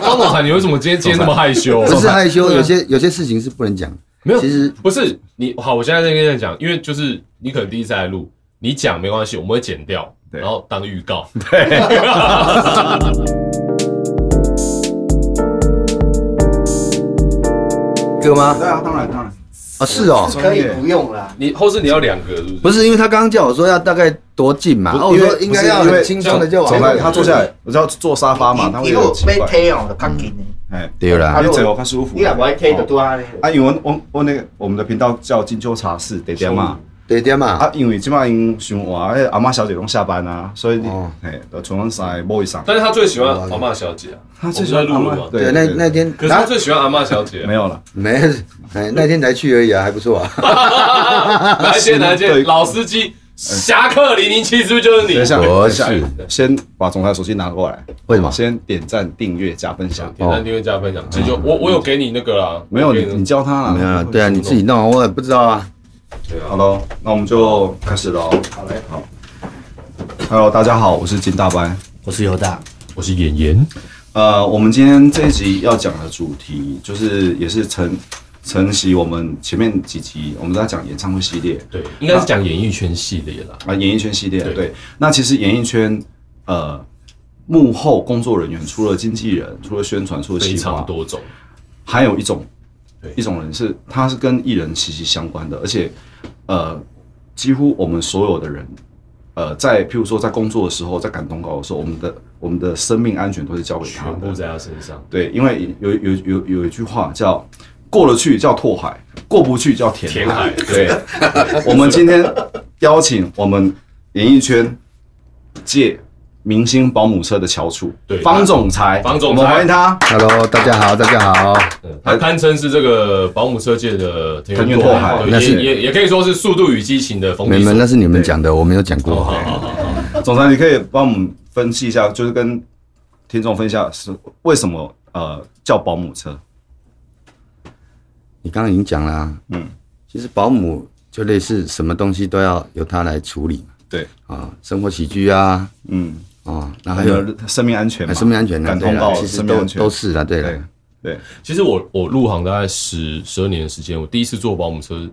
方总裁，你为什么 今天今天那么害羞？ 不是害羞，有些有些事情是不能讲。没有其实不是你好，我现在在跟你讲，因为就是你可能第一次来录，你讲没关系，我们会剪掉，对然后当预告。歌吗？对啊，当然当然，啊，是哦，可以不用啦。你后是你要两个是不不是，因为他刚刚叫我说要大概多近嘛，不是啊，我因说为应该要很轻松的就往总裁后。他坐下来，我知道坐沙发嘛，他你会你有有奇被怪。推哦，就较紧的。哎，对啦啊，你走我看舒服。你若无推就哦多安尼。啊，因为我我我那个我们的频道叫金秋茶室，得点嘛。对点嘛，啊，因为即摆因想话，迄阿妈小姐拢下班啊，所以你哦嘿，就从咱三个某一上。但是他最喜欢阿嬷小姐啊，他最是喜欢录阿了嬷嘛。对，对那那天可是他最喜欢阿嬷小姐啊没，有了，没，哎，那天才去而已啊，还不错啊。哪一 些哪一些对老司机，侠客零零七是不是就是等一你？下，不等一是下，先把总裁手机拿过来。为什么先点赞、订阅、加分享。点赞、订阅、加分享，这就我我有给你那个啦，哦没有我给你，你叫他啦。没有，对啊，你自己弄，我也不知道啊。好喽，那我们就开始喽。好嘞，好。Hello，大家好，我是金大白。我是尤大，我是演员，呃，我们今天这一集要讲的主题，就是也是承承袭我们前面几集我们都在讲演唱会系列对，应该是讲演艺圈系列啦，啊，演艺圈系列。对对，那其实演艺圈呃幕后工作人员，除了经纪人，除了宣传，除了非企常划，多种，还有一种对一种人是他是跟艺人息息相关的，而且呃，几乎我们所有的人，呃，在譬如说在工作的时候，在赶通告的时候，我们的我们的生命安全都是交给他全部的。在他身上。对，因为有有有有一句话叫“过得去叫拓海，过不去叫填填海对，我们今天邀请我们演艺圈界明星保姆车的翘楚，对方总裁，方总我们裁欢迎他。 Hello，大家好，大家好。嗯他堪称是这个保姆车界的藤原拓海对那是也也也可以说是《速度与激情》的冯没迪没，手。那是你们讲的，我没有讲哦过。好好好好，总裁，你可以帮我们分析一下，就是跟听众分享是为什么呃叫保姆车？你刚刚已经讲了、啊，嗯，其实保姆就类似什么东西都要由他来处理对，啊、生活起居啊，嗯，哦，然后还还有有生命安全嘛，哎生命安全啊，感对通啦到其实生命都安全都是啦，对对啦，对，其实我我入行大概十十二年的时间，我第一次坐保姆车，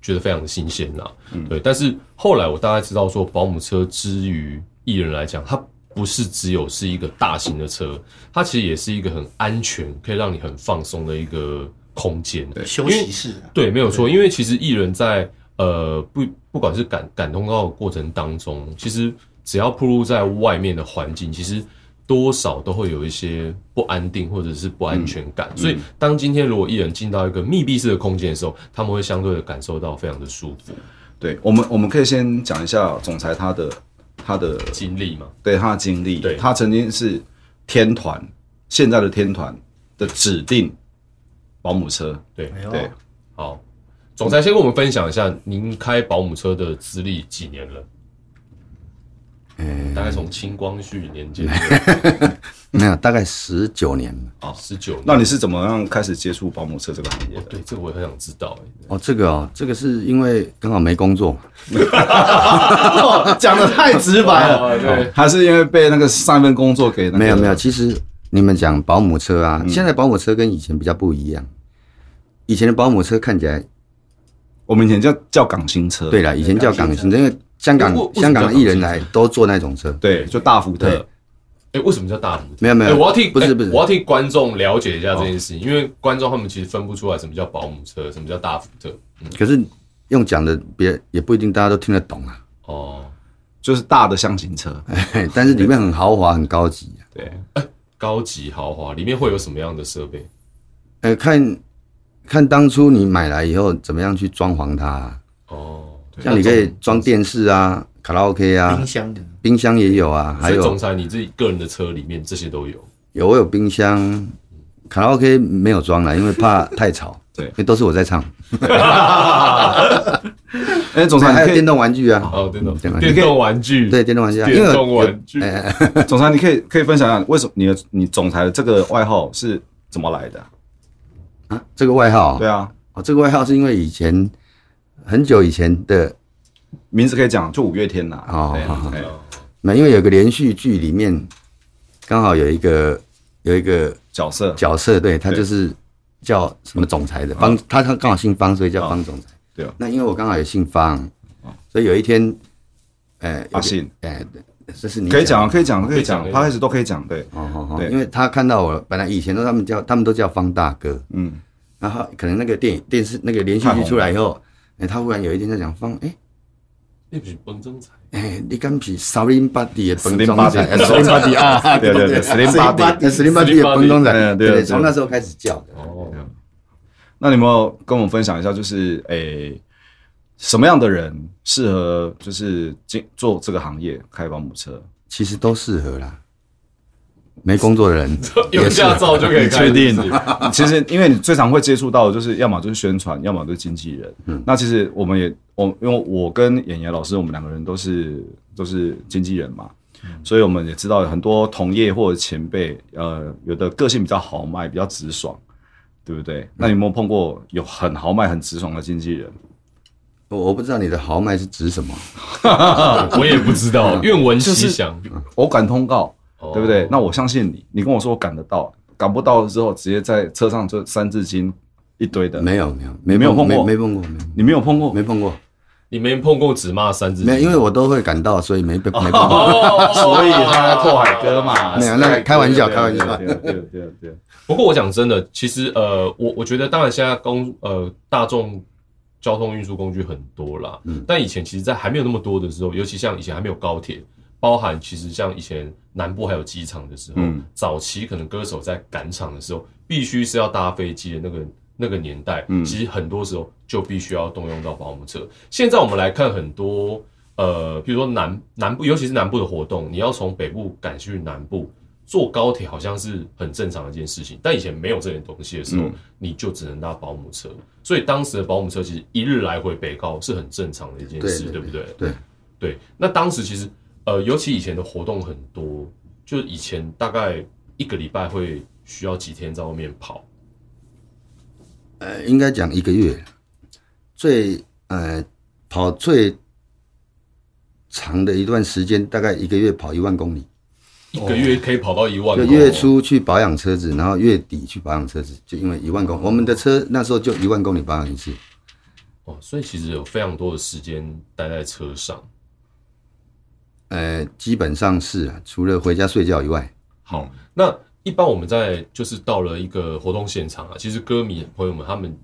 觉得非常的新鲜啦。嗯对，但是后来我大概知道说，保姆车之于艺人来讲，它不是只有是一个大型的车，它其实也是一个很安全，可以让你很放松的一个空间。对休息室啊。对，没有错，因为其实艺人在呃不不管是赶赶通告的过程当中，其实只要铺露在外面的环境，其实多少都会有一些不安定或者是不安全感。嗯所以当今天如果艺人进到一个密闭式的空间的时候，他们会相对的感受到非常的舒服。对，我们我们可以先讲一下总裁他的他的经历嘛，对他的经历，对他曾经是天团现在的天团的指定保姆车，对哎呦对，好，总裁先跟我们分享一下您开保姆车的资历几年了？大概从清光绪年间哎没有，大概十九年了。啊，十九那年。哦你是怎么样开始接触保姆车这个行 业的？对，这个我也很想知道、欸。哦，这个哦，这个是因为刚好没工作，讲的太直白哦了，对还是因为被那个上一份工作给那个嗯没有没有。其实你们讲保姆车啊，现在保姆车跟以前比较不一样。以前的保姆车看起来，我们以前叫叫港星车，对了，以前叫港港星车，因为香港为为什么香港的艺人叫港来星都坐那种车，对，就大福特对，哎、为什么叫大拇指？没有没有哎我要替不是哎不是我要替观众了解一下这件事情，因为观众他们其实分不出来什么叫保姆车，什么叫大福特。嗯可是用讲的别也不一定大家都听得懂 啊。哦，就是大的象形车，嘿但是里面很豪华，很高级、啊。对，高级豪华里面会有什么样的设备？呃，看看当初你买来以后怎么样去装潢它啊、哦，对像你可以装电视啊、卡拉 OK 啊冰、箱的冰箱也有啊，还所以总有裁你自己个人的车里面这些都有。有我有冰箱，卡拉 OK 没有装了，因为怕太吵。对因为都是我在唱。哎，总还裁有你可电动玩具啊，哦，电动嗯电动电动玩具，对，电动玩具啊，因电为哎动玩具。以，总裁你可以可以分享一下为什么你的你总裁的这个外号是怎么来的？啊这个外号对，啊，哦，这个外号是因为以前很久以前的，名字可以讲，就五月天呐，哦对哎好好对哦那因为有个连续剧里面刚好有一个有一个角色，角色，对他对就是叫什么总裁的方，他他刚好姓方，所以叫方总裁。对啊，那因为我刚好也姓方，所以有一天，哎，有阿信，哎，对这是你啊可以讲，啊可以讲，可以可讲以，他讲开始都可以讲，对，哦哦哦，对因为他看到我，本来以前都他们叫他们都叫方大哥，嗯，然后可能那个电影电视那个连续太剧红出来以后，哎，他忽然有一天在讲方，哎那不是崩正 才，哎，你敢是少林巴蒂的本 Slim 庄 Body 仔，哎少林巴蒂哦啊，对对对，Slim Body。蒂，少林巴蒂的哎本庄哎仔，对对对对，对从那时候开始叫的。哦，那你有没有跟我们分享一下，就是诶、什么样的人适合就是进做这个行业开保姆 车？其实都适合啦。没工作的人 有也是驾照就可以开确 定？其实，因为你最常会接触到，的就是要么就是宣传，要么就是经纪人。嗯那其实我们也，我因为我跟演员老师，我们两个人都是都是经纪人嘛，嗯所以我们也知道很多同业或者前辈，呃，有的个性比较豪迈，比较直爽，对不对？那你有没有碰过有很豪迈、很直爽的经纪人？我我不知道你的豪迈是指什么。哦我也不知道，愿闻其详，我敢通告，哦对不对？那我相信你，你跟我说我赶得到，赶不到之后，直接在车上就三字经一堆的。没有没有没没有碰过没没碰过没你没有碰过，没碰过，你没碰过只骂三字经，没有，因为我都会赶到，所以没被没碰 过。哦，所以他拓海哥嘛，没有那个开玩笑开玩笑对对对对，不过我讲真的，其实呃，我我觉得当然现在公呃大众交通运输工具很多啦，嗯但以前其实，在还没有那么多的时候，尤其像以前还没有高铁，包含其实像以前南部还有机场的时候，嗯早期可能歌手在赶场的时候，必须是要搭飞机的那个那个年代，嗯其实很多时候就必须要动用到保姆车。现在我们来看很多。呃，比如说南南部，尤其是南部的活动，你要从北部赶去南部，坐高铁好像是很正常的一件事情，但以前没有这点东西的时候，嗯你就只能搭保姆车，所以当时的保姆车其实一日来回北高是很正常的一件事，对对不对？对对，那当时其实呃，尤其以前的活动很多，就以前大概一个礼拜会需要几天在外面跑，呃，应该讲一个月，最呃跑最长的一段时间，大概一个月跑一万公里，一个月可以跑到一万哦就公里，月初去保养车子，然后月底去保养车子，就因为一万公，我们的车那时候就一万公里保养一次。哦，所以其实有非常多的时间待在车上。呃，基本上是啊，除了回家睡觉以外，好，那一般我们在就是到了一个活动现场啊，其实歌迷朋友们他们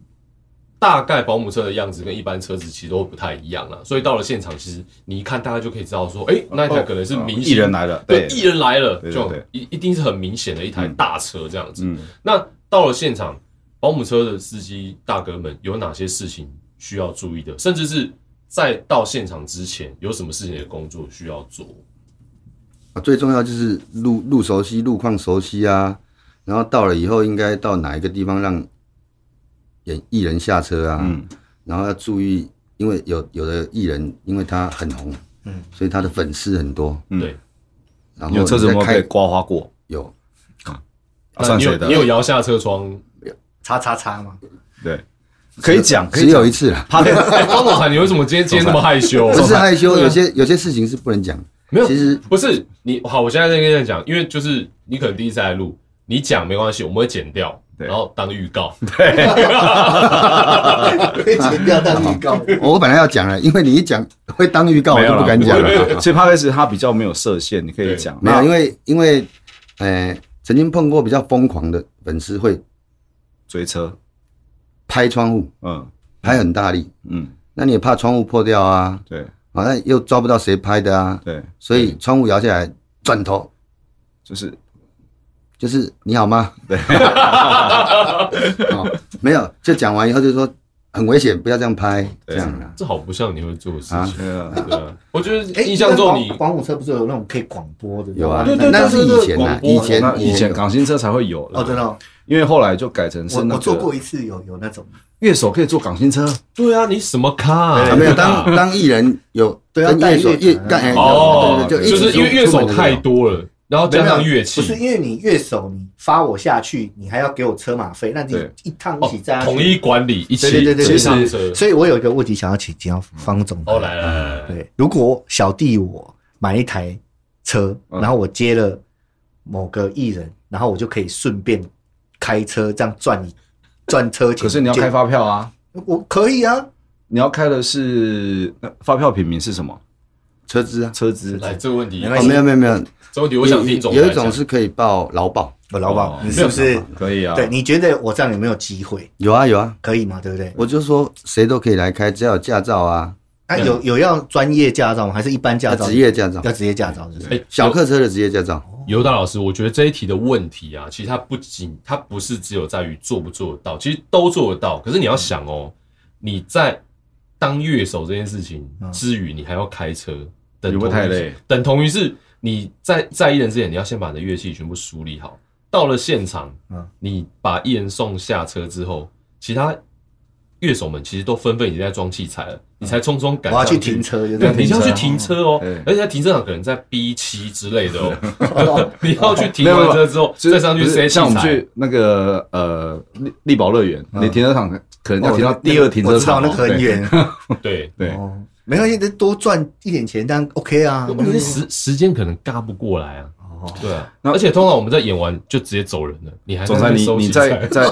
大概保姆车的样子跟一般车子其实都不太一样啦，所以到了现场，其实你一看大家就可以知道说，哎、那一台可能是明哦艺星、人来了，对艺人来了，对对就对一一定是很明显的一台大车这样子。嗯，那到了现场，保姆车的司机大哥们有哪些事情需要注意的，甚至是在到现场之前有什么事情的工作需要做？啊，最重要就是路路熟悉，路况熟悉啊。然后到了以后，应该到哪一个地方让演艺人下车啊？嗯然后要注意，因为有有的艺人，因为他很红，嗯所以他的粉丝很多。嗯对，然你后有车子有你没在有被开刮花过？有啊算你有谁的？你有摇下车窗叉叉 叉嘛，对，可以讲，可只以讲有一次啦，他的 方总裁，你为什么今天今天那么害羞？不是害羞，对啊有些有些事情是不能讲。没有其实不是你好，我现在在跟你讲，因为就是你可能第一次来录，你讲没关系，我们会剪掉，对然后当预告。被剪掉当预 告。我本来要讲了，因为你一讲会当预告，我没有就啦不敢讲不会不会了。所以 p a c a s 他比较没有设限，你可以讲。没有，那因为因为，呃，曾经碰过比较疯狂的粉丝会追车，拍窗户，嗯拍很大力，嗯，那你也怕窗户破掉啊，对好像又抓不到谁拍的啊，对，所以窗户摇下来，转头就是就是你好吗？对， 哦，没有，就讲完以后就说很危险，不要这样拍，这对样啊啦。这好不像你会做的事情。呃，对啊，我觉得印象中你哎保保姆车不是有那种可以广播的？有啊，对那对那对是对以前啊广，播以前那以前有港星车才会有哦，真的了，哦，因为后来就改成是我那我做过个一次有有那种，乐手可以坐港星车，对啊，你什么咖啊啊？没有当当艺人有对要跟带乐手乐乐团啊干哎哦，对对对，就一起是因为出乐手出门的时候太多了，然后加上乐器不是因为你乐手你发我下去，你还要给我车马费，那你对一趟一哦起站下去统一管理一起对对对对一起上车。所以我有一个问题想要请教方总。哦，来来来来，对，如果小弟我买一台车，嗯然后我接了某个艺人，然后我就可以顺便开车这样赚一 赚车钱。可是你要开，发票啊，我可以啊，你要开的是那发票品名是什么？车资啊，车资来，这个问题没，关哦，系没有没有没有，这个问题我想听总裁有有一讲种是可以报劳保，我老哦板，你是不没是？可以啊。对，，你觉得我这样有没有机会？有啊有啊，可以吗？对不对？我就说谁都可以来开，只要有驾照啊，啊，有有要专业驾照吗？还是一般驾要照？职业驾照要，职业驾照，就是哎、小客车的职业驾照，尤达老师，我觉得这一题的问题啊，其实它不仅它不是只有在于做不做得到，其实都做得到。可是你要想哦，你在当乐手这件事情嗯之余，你还要开车，等你同会于太是累，等同于是你在在艺人之前，你要先把你的乐器全部梳理好。到了现场，嗯你把艺人送下车之后，其他乐手们其实都纷纷已经在装器材了，你才匆匆赶嗯我要去上停车，就对，是你停要车啊去停车哦对，而且在停车场可能在 B 七之类的哦 哦，你要去停完车之后就是再上去不是塞器像我们材。去那个呃力力宝乐园，嗯你停车场可能要停到第二停我车知道场哦，那个很对。远， 对，对，哦，没关系，这多赚一点钱，但 OK 啊。问题是时时间可能尬不过来啊。哦对啊，那而且通常我们在演完就直接走人了，你还总裁，在你收你器在材。在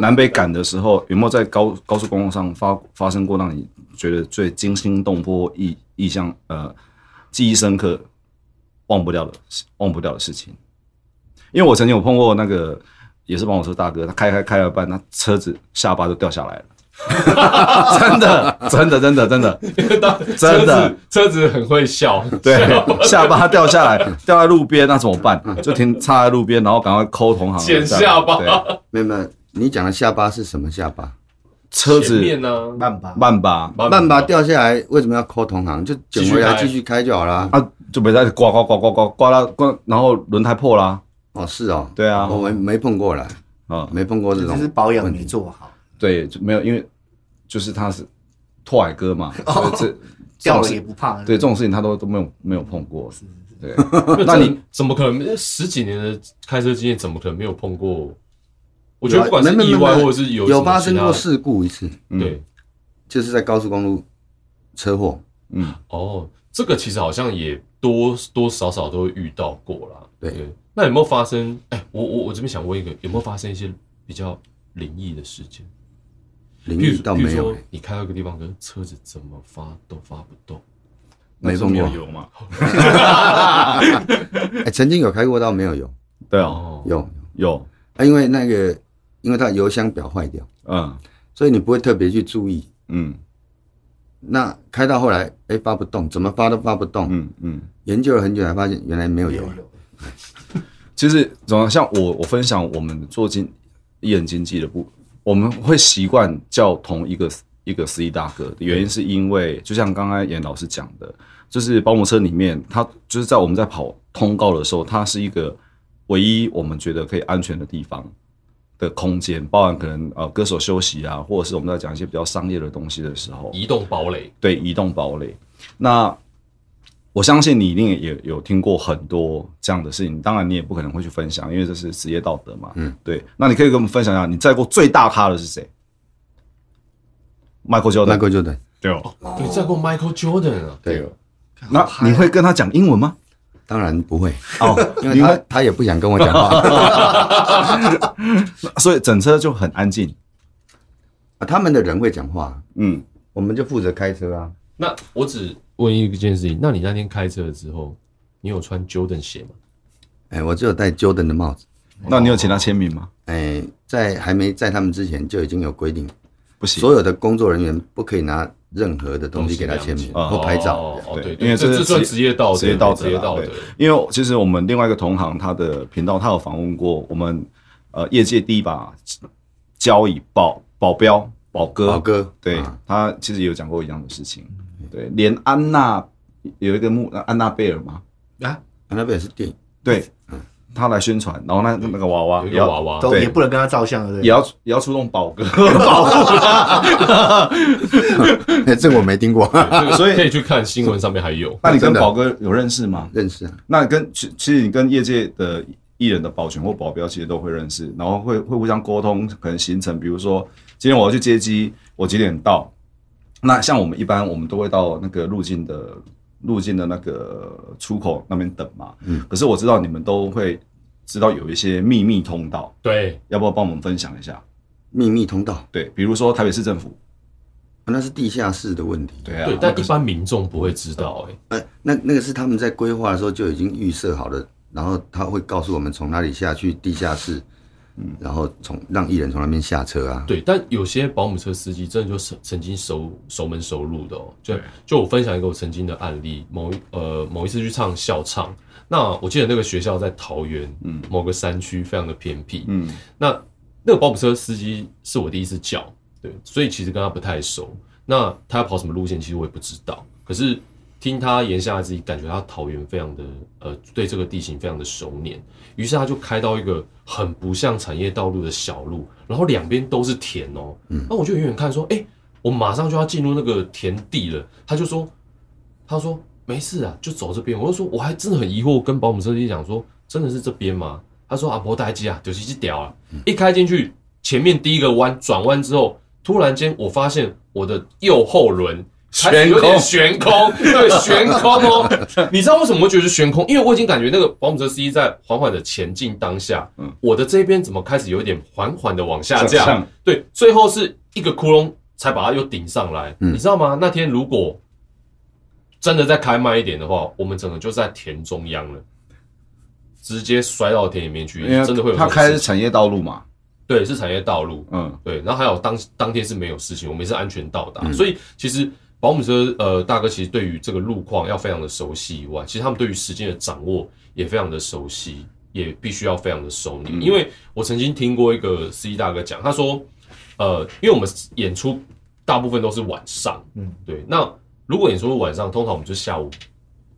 南北赶的时候， 有没有在高高速公路上发发生过让你觉得最惊心动魄、意意象呃记忆深刻、忘不掉的事忘不掉的事情？因为我曾经有碰过那个也是帮我车大哥，他开开开了半，他车子下巴都掉下来 了。真的，真的，真的，真的，车真的子 车子很会笑，对，下巴掉下来，掉在路边，那怎么办？就停插在路边，然后赶快抠同行的剪下巴对没有没有，你讲的下巴是什么下巴？车前子面啊呢，慢吧，慢吧，慢把掉下来，为什么要扣同行？就捡回来继续开继续开就好啦。啊，就没在刮刮刮刮刮刮到刮，然后轮胎破啦，哦，是哦，对啊，我没没碰过啦，啊，哦没碰过这就是种。保养没做好，对，就没有，因为就是他是拓海哥嘛，所以这这掉种了事也不怕。对这种事情他都都没有没有碰过，对，那那你你怎么可能十几年的开车经验，怎么可能没有碰过？我觉得有啊不管是没没意外没或者是有什有么发其生他过的，事故一次，嗯对，就是在高速公路车祸，嗯，哦，这个其实好像也多多少少都会遇到过啦。对那有没有发生？哎、我我我这边想问一个，有没有发生一些比较灵异的事件？灵比异如倒比如没有说欸，你开到一个地方，可是车子怎么发都发不动。没碰那是过没有油嘛，哎，曾经有开过，倒没有有对啊，哦，有有，啊，因为那个因为它油箱表坏掉，嗯所以你不会特别去注意。嗯那开到后来，哎，发不动，怎么发都发不动。嗯嗯，研究了很久，才发现原来没有油嗯啊。其实怎么像我我分享我们做经艺人经纪的部，我们会习惯叫同一个一个司仪大哥，原因是因为就像刚刚严老师讲的，就是保姆车里面，它就是在我们在跑通告的时候，它是一个唯一我们觉得可以安全的地方的空间，包含可能呃歌手休息啊，或者是我们在讲一些比较商业的东西的时候，移动堡垒，对移动堡垒。那我相信你一定也有听过很多这样的事情，当然你也不可能会去分享，因为这是职业道德嘛。嗯，对。那你可以跟我们分享一下，你载过最大咖的是谁？Michael Jordan。那个就对，对哦。你载过 Michael Jordan 啊？对，那你会跟他讲英文吗？当然不会， 哦，因为你他会，他也不想跟我讲话。 所以整车就很安静。啊，他们的人会讲话，嗯，我们就负责开车啊。那我只问一件事情，那你那天开车之后，你有穿 Jordan 鞋吗？哎，我只有戴 Jordan 的帽子。那你有请他签名吗？哎，在还没在他们之前就已经有规定，不行。所有的工作人员不可以拿任何的东西给他签名哦或拍照。哦，哦对对，因为这这是这算职职业道德，职业道德啦职业道德对。因为其实我们另外一个同行他的频道，他有访问过我们呃业界第一把交椅保保镖宝哥，宝哥，对、啊他其实也有讲过一样的事情，对，连安娜有一个幕安娜贝尔嘛，啊，那边也是电影，对，他来宣传，然后那那个娃娃有一也个要娃娃，都对也不能跟他照相，对不也对？要也要出动宝哥保护哎 这我没听过，这个所以可以去看新闻上面还有。那你真跟的宝哥有认识吗？认识啊。那跟其其实你跟业界的艺人的保全或保镖其实都会认识，然后会会互相沟通，可能行程，比如说今天我要去接机，我几点到？那像我们一般，我们都会到那个入境的入境的那个出口那边等嘛。嗯。可是我知道你们都会知道有一些秘密通道，对，要不要帮我们分享一下？秘密通道，对，比如说台北市政府，那是地下室的问题。对啊，对，那但个一是般民众不会知道，哎，呃，那那个是他们在规划的时候就已经预设好的，然后他会告诉我们从哪里下去地下室，嗯，然后从让艺人从那边下车啊。对，但有些保姆车司机真的就是曾经熟熟门熟路的哦。就对就我分享一个我曾经的案例，某一呃某一次去唱校唱，那我记得那个学校在桃园，嗯，某个山区非常的偏僻，嗯，那那个保姆车司机是我第一次叫，对，所以其实跟他不太熟。那他要跑什么路线，其实我也不知道。可是听他言下之意，感觉他桃园非常的呃，对这个地形非常的熟稔。于是他就开到一个很不像产业道路的小路，然后两边都是田哦。那我就远远看说，哎、我马上就要进入那个田地了。他就说，他说没事啊，就走这边。我就说，我还真的很疑惑，跟保姆车司机讲说，真的是这边吗？他说啊，摩代机啊，九七七屌啊！一开进去，前面第一个弯转弯之后，突然间我发现我的右后轮开始有点悬空，对，悬空哦。你知道为什么会觉得是悬空？因为我已经感觉那个保姆车司机在缓缓的前进当下，嗯我的这边怎么开始有一点缓缓的往下向降上？对，最后是一个窟窿才把它又顶上来，嗯你知道吗？那天如果真的再开慢一点的话，我们整个就在田中央了，直接摔到田里面去，因为真的会有这哎他种开的事是情产业道路嘛，对是产业道路，嗯，对，然后还有当当天是没有事情，我们也是安全到达，所以其实保姆车呃大哥其实对于这个路况要非常的熟悉以外，其实他们对于时间的掌握也非常的熟悉，也必须要非常的熟练。因为我曾经听过一个司机大哥讲，他说，呃，因为我们演出大部分都是晚上，嗯嗯，对，那如果演出是晚上，通常我们就下午，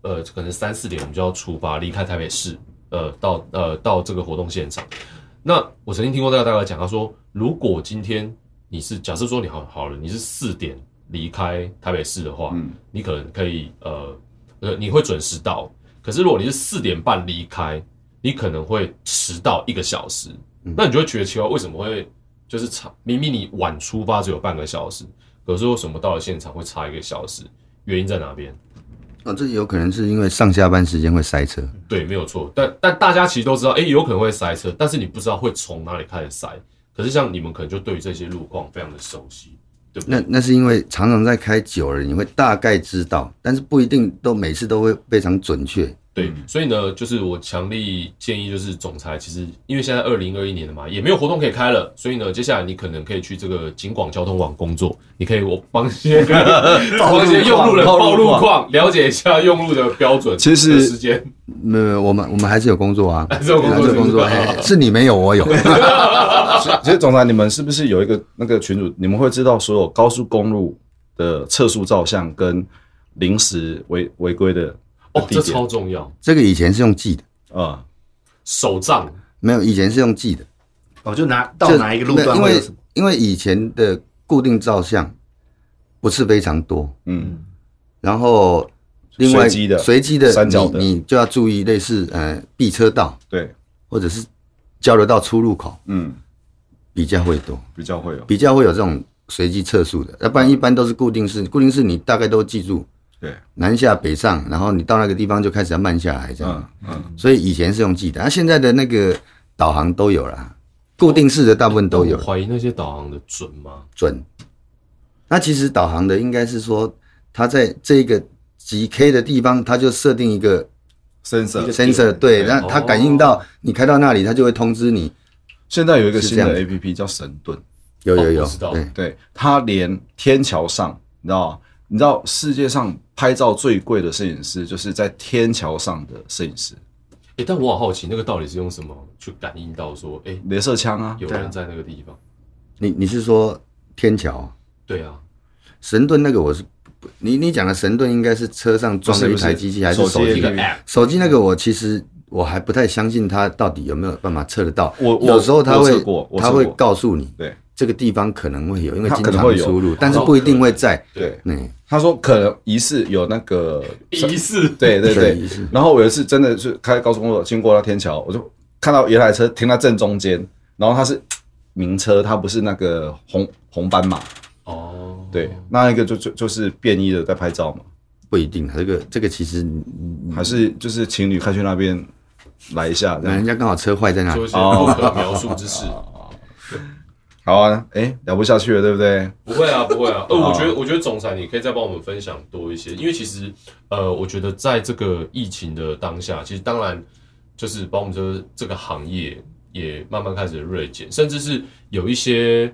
呃，可能三四点我们就要出发，离开台北市，呃，到呃到这个活动现场。那我曾经听过那个大哥讲，他说，如果今天你是假设说你好好了，你是四点离开台北市的话，嗯你可能可以呃呃，你会准时到。可是如果你是四点半离开，你可能会迟到一个小时，那你就会觉得奇怪，为什么会就是差？明明你晚出发只有半个小时，可是为什么到了现场会差一个小时？原因在哪边？啊，这有可能是因为上下班时间会塞车。对，没有错。但但大家其实都知道，诶，有可能会塞车，但是你不知道会从哪里开始塞。可是像你们可能就对于这些路况非常的熟悉，对不对？那那是因为常常在开久了，你会大概知道，但是不一定都每次都会非常准确。对，所以呢，就是我强力建议，就是总裁其实因为现在二零二一年了嘛，也没有活动可以开了，所以呢，接下来你可能可以去这个警广交通网工作，你可以我帮一些帮一些用路人报暴路况路况，了解一下用路的标准，其实时间。没有，没有我们我们还是有工作啊，还是有工作是有工作，是吧哎是你没有，我有。所以 所以总裁，你们是不是有一个那个群主？你们会知道所有高速公路的测速照相跟临时违违规的哦，地这点超重要，这个以前是用记的，啊？手账没有，以前是用记的。哦，就拿到就哪一个路没有段因会有为什么？因为以前的固定照相不是非常多，嗯，然后另外随机的随机的三角的你你就要注意类似呃避车道对，或者是交流道出入口嗯，比较会多，比较会有，比较会有这种随机测速的，要不然一般都是固定式，固定式你大概都记住对，南下北上，然后你到那个地方就开始要慢下来这样，嗯嗯，所以以前是用记的，那、现在的那个导航都有啦，固定式的大部分都有我。怀疑那些导航的准吗？准。那其实导航的应该是说，它在这个几 K 的地方，它就设定一个深色。 sensor，对，那它感应到你开到那里，它就会通知你。现在有一个新的是 A P P 叫神盾，有有有，我知道对，对，它连天桥上，你知道，你知道世界上拍照最贵的摄影师就是在天桥上的摄影师，诶，但我好好奇，那个到底是用什么去感应到说，诶，镭射枪啊，有对啊人在那个地方？你你是说天桥对啊，神盾那个我是不你你讲的神盾应该是车上装了一台机器还是手手机机一个的？对 app，手机那个我其实我还不太相信它到底有没有办法测得到。我我有时候它我会测过我测它会过告诉你对这个地方可能会有，因为它经可能常会有出入，但是不一定会在。对，嗯，他说可能疑似有那个疑似对对对对是。然后我有一次真的是开高速公路经过那天桥，我就看到有一台车停在正中间，然后它是名车，它不是那个红红斑马。哦，对，那一个就就就是便衣的在拍照嘛，不一定，这个这个其实嗯还是就是情侣开去那边来一下这那样人。家刚好车坏在那做一里，些不可描述之事。好啊，哎、聊不下去了，对不对？不会啊，不会啊。呃，我觉得，我觉得总裁，你可以再帮我们分享多一些，因为其实，呃，我觉得在这个疫情的当下，其实当然就是保姆车这个行业也慢慢开始锐减，甚至是有一些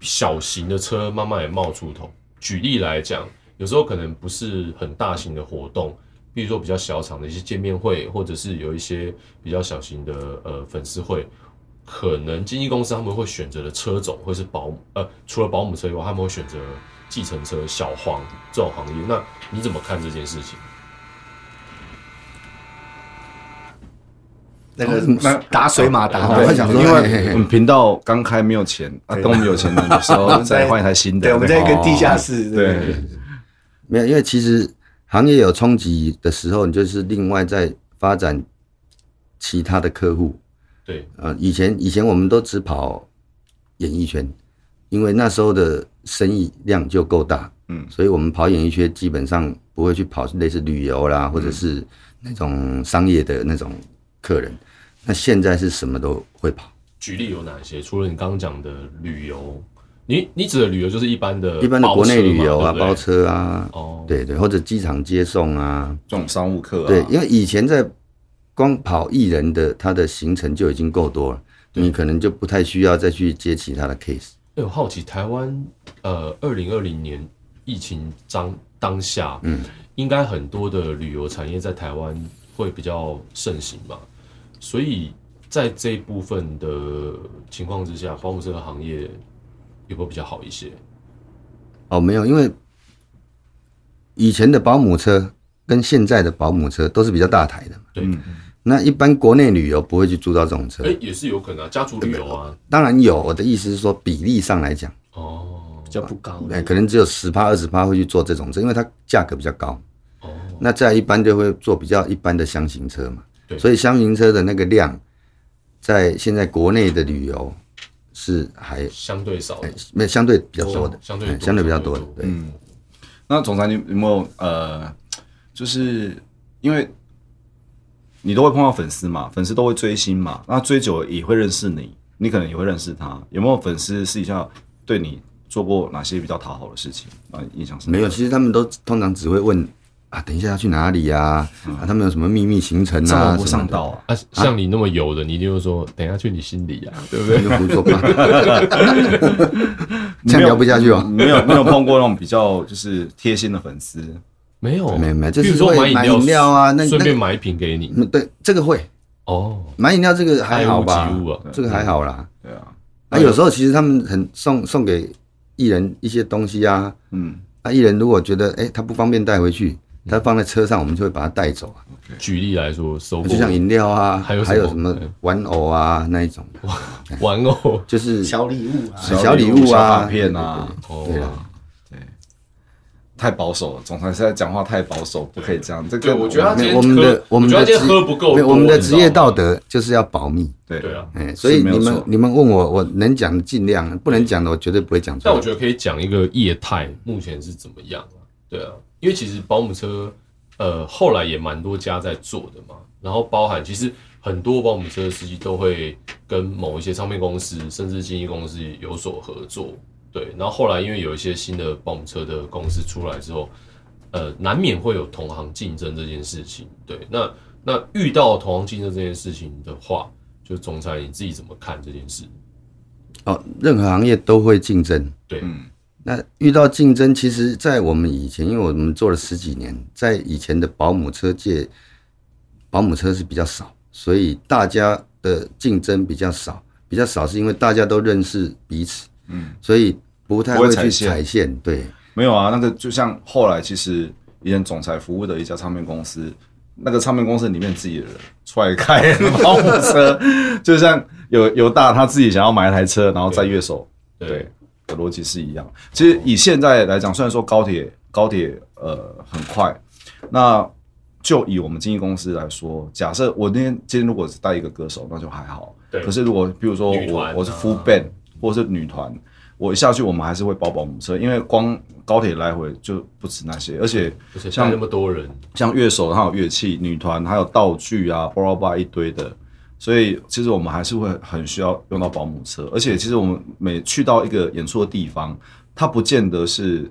小型的车慢慢也冒出头。举例来讲，有时候可能不是很大型的活动，比如说比较小场的一些见面会，或者是有一些比较小型的呃粉丝会，可能经纪公司他们会选择的车种会是保姆，呃，除了保姆车以外，他们会选择计程车、小黄这种行业。那你怎么看这件事情？那个打水马打哦对我还想说因嘿嘿为嘿我们频道刚开没有钱啊，对等我们有钱的时候再换一台新的。对，我们在一个地下室，对对，没有，因为其实行业有冲击的时候，你就是另外在发展其他的客户。对，呃，以前以前我们都只跑演艺圈，因为那时候的生意量就够大，嗯所以我们跑演艺圈基本上不会去跑类似旅游啦，或者是那种商业的那种客人。那现在是什么都会跑，举例有哪些？除了你刚刚讲的旅游，你你指的旅游就是一般的一般的国内旅游啊，包包车车啊，嘛对不对哦，对对，或者机场接送啊，这种商务课啊，对，因为以前在光跑艺人的他的行程就已经够多了，你可能就不太需要再去接其他的 case。哎我好奇台湾呃，二零二零年疫情当当下，嗯，应该很多的旅游产业在台湾会比较盛行吧，所以在这一部分的情况之下，保姆这个行业有没有比较好一些？哦，没有，因为以前的保姆车跟现在的保姆车都是比较大台的嘛。对嗯那一般国内旅游不会去租到这种车哎、，也是有可能啊，家族旅游啊，当然有。我的意思是说，比例上来讲，哦比较不高哎，可能只有十趴、二十趴会去做这种车，因为它价格比较高。哦，那再一般就会做比较一般的箱型车嘛。对所以箱型车的那个量，在现在国内的旅游是还相对少的，没有相对比较多的，相对哎多相对比较多的相对。对，嗯，那总裁你有没有呃，就是因为你都会碰到粉丝嘛，粉丝都会追星嘛，那追久了也会认识你，你可能也会认识他。有没有粉丝私底下对你做过哪些比较讨好的事情啊？印象深刻没有，其实他们都通常只会问啊，等一下要去哪里啊？嗯啊，他们有什么秘密行程上啊？网不什么上的道，啊？啊，像你那么油的，你一定会说，等一下去你心里啊，对不对？你就胡作八道，这样聊不下去哦。没有没有碰过那种比较就是贴心的粉丝，没有，没有没有就是比如说会买买饮料啊那顺那便买一瓶给你。 嗯对，这个会哦，买饮料，这个还好吧爱屋及乌啊？这个还好啦。对啊，啊，有时候其实他们很送送给艺人一些东西啊，嗯，那艺人如果觉得哎、诶他不方便带回去，嗯他放在车上，我们就会把他带走啊，举例来说，收购就像饮料啊，还有什么嗯还有什么玩偶啊那一种，玩偶就是小礼物啊，小礼物啊小卡片啊，对哦啦。太保守了，总裁是在讲话太保守，不可以这样。这对，个我觉得他今天没有我们的喝我们觉得他的今天职喝不够多，没有我们的你知职道业吗道德就是要保密，对对啊。哎、所以没有你们错你们问我，我能讲的尽量，不能讲的我绝对不会讲出但我来。觉得可以讲一个业态目前是怎么样啊？对啊，因为其实保姆车，呃，后来也蛮多家在做的嘛。然后包含其实很多保姆车司机都会跟某一些唱片公司甚至经纪公司有所合作，对。然后后来因为有一些新的保姆车的公司出来之后，呃，难免会有同行竞争这件事情。对，那那遇到同行竞争这件事情的话，就总裁你自己怎么看这件事？哦，任何行业都会竞争，对，那遇到竞争，其实，在我们以前，因为我们做了十几年，在以前的保姆车界，保姆车是比较少，所以大家的竞争比较少，比较少是因为大家都认识彼此，嗯，所以不太不会会踩去线踩线，对，没有啊，那个就像后来其实以前总裁服务的一家唱片公司，那个唱片公司里面自己的人出来开保姆车，就像有有大他自己想要买一台车，然后再越手，对对的逻辑是一样。其实以现在来讲，虽然说高铁高铁呃很快，那就以我们经纪公司来说，假设我那天今天如果是带一个歌手，那就还好。对可是如果比如说女团我啊我是 full band 或是女团，我一下去我们还是会包保姆车，因为光高铁来回就不止那些，而且而且像像那么多人，像乐手，还有乐器、女团，还有道具啊，巴拉巴拉一堆的。所以其实我们还是会很需要用到保姆车，而且其实我们每去到一个演出的地方，它不见得是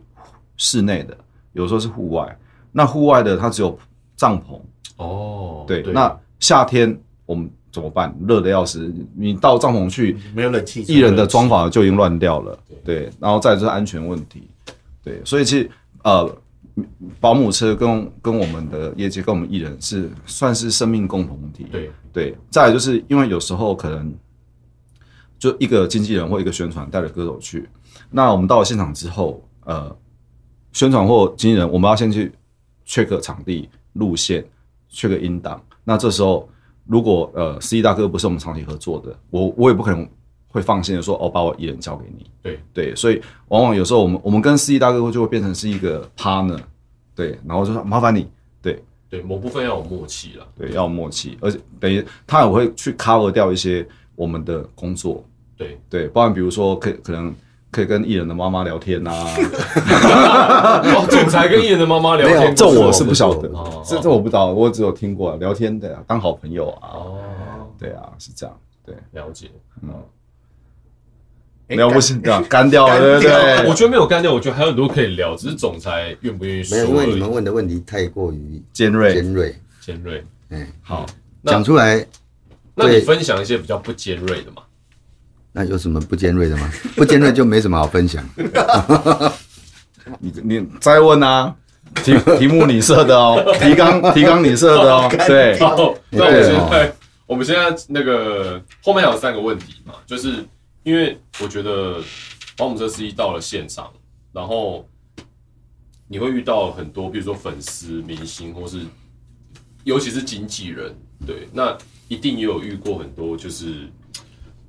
室内的，有时候是户外。那户外的它只有帐篷，哦，对。那夏天我们怎么办？热的要死，你到帐篷去，没有冷气，艺人的妆法就已经乱掉了，对，然后再来就是安全问题，对，所以其实呃，保姆车跟跟我们的业界跟我们艺人是算是生命共同体，对对，再来就是因为有时候可能就一个经纪人或一个宣传带着歌手去，那我们到了现场之后，呃，宣传或经纪人我们要先去 check 场地、路线、check 音档。那这时候如果呃司仪大哥不是我们长期合作的，我我也不可能会放心的说哦把我艺人交给你，对对，所以往往有时候我们我们跟司仪大哥就会变成是一个 partner，对，然后就说麻烦你。对，对，某部分要有默契 啦。对，要有默契，而且等于他也会去 cover 掉一些我们的工作，对，对，包含比如说可以可能可以跟艺人的妈妈聊天呐、啊，哦，总裁跟艺人的妈妈聊没天有，这不是我我是不们晓做得的哦，这这我不知道，我只有听过、啊、聊天的、啊，当好朋友啊，哦，对啊，是这样，对，了解。哎聊不是这样干掉了，对干不掉哎对？我觉得没有干掉，我觉得还有很多可以聊，只是总裁愿不愿意说没有，因为你们而已。问的问题太过于尖锐，尖锐，尖锐，哎，好，那讲出来那你对分享一些比较不尖锐的嘛？那有什么不尖锐的吗？不尖锐就没什么好分享。你你再问啊，题题目你设的哦， 提纲提纲你设的哦，对，好，那我们对现哦在我们现在那个后面还有三个问题嘛，就是因为我觉得保姆车司机到了现场，然后你会遇到很多，比如说粉丝、明星，或是尤其是经纪人，对，那一定也有遇过很多，就是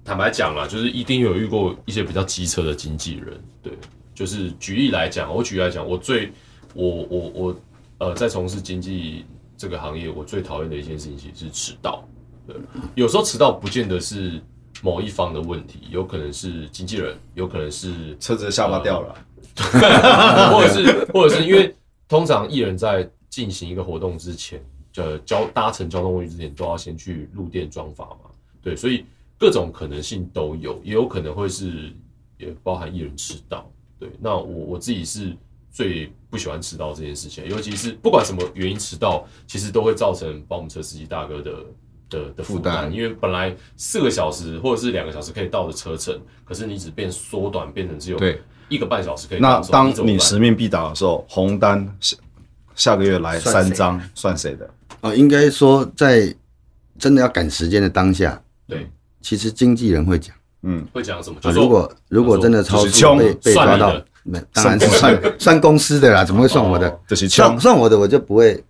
坦白讲啦，就是一定有遇过一些比较机车的经纪人，对，就是举例来讲，我举例来讲，我最我我我呃，在从事经济这个行业，我最讨厌的一件事情其实是迟到。对，有时候迟到不见得是某一方的问题，有可能是经纪人，有可能是车子的下巴掉了， 或者是或者是因为通常艺人在进行一个活动之前，呃，交搭乘交通工具之前都要先去入店装法嘛，对，所以各种可能性都有，也有可能会是也包含艺人迟到，对，那我我自己是最不喜欢迟到这件事情，尤其是不管什么原因迟到，其实都会造成保姆车司机大哥的。的的负负担，担因为本来四个小时或者是两个小时可以到的车程，可是你只变缩短，变成只有对一个半小时可以到那的时候。当怎么你办使命必达的时候，红单下下个月来算谁三张，算谁的？哦，应该说在真的要赶时间的当下，对，其实经纪人会讲。嗯，会讲什么？就啊，是说如果如果真的超就是凶速被被算抓你的到，没当然是算算公司的啦，怎么会算我哦的？这些枪算算我的，我就不会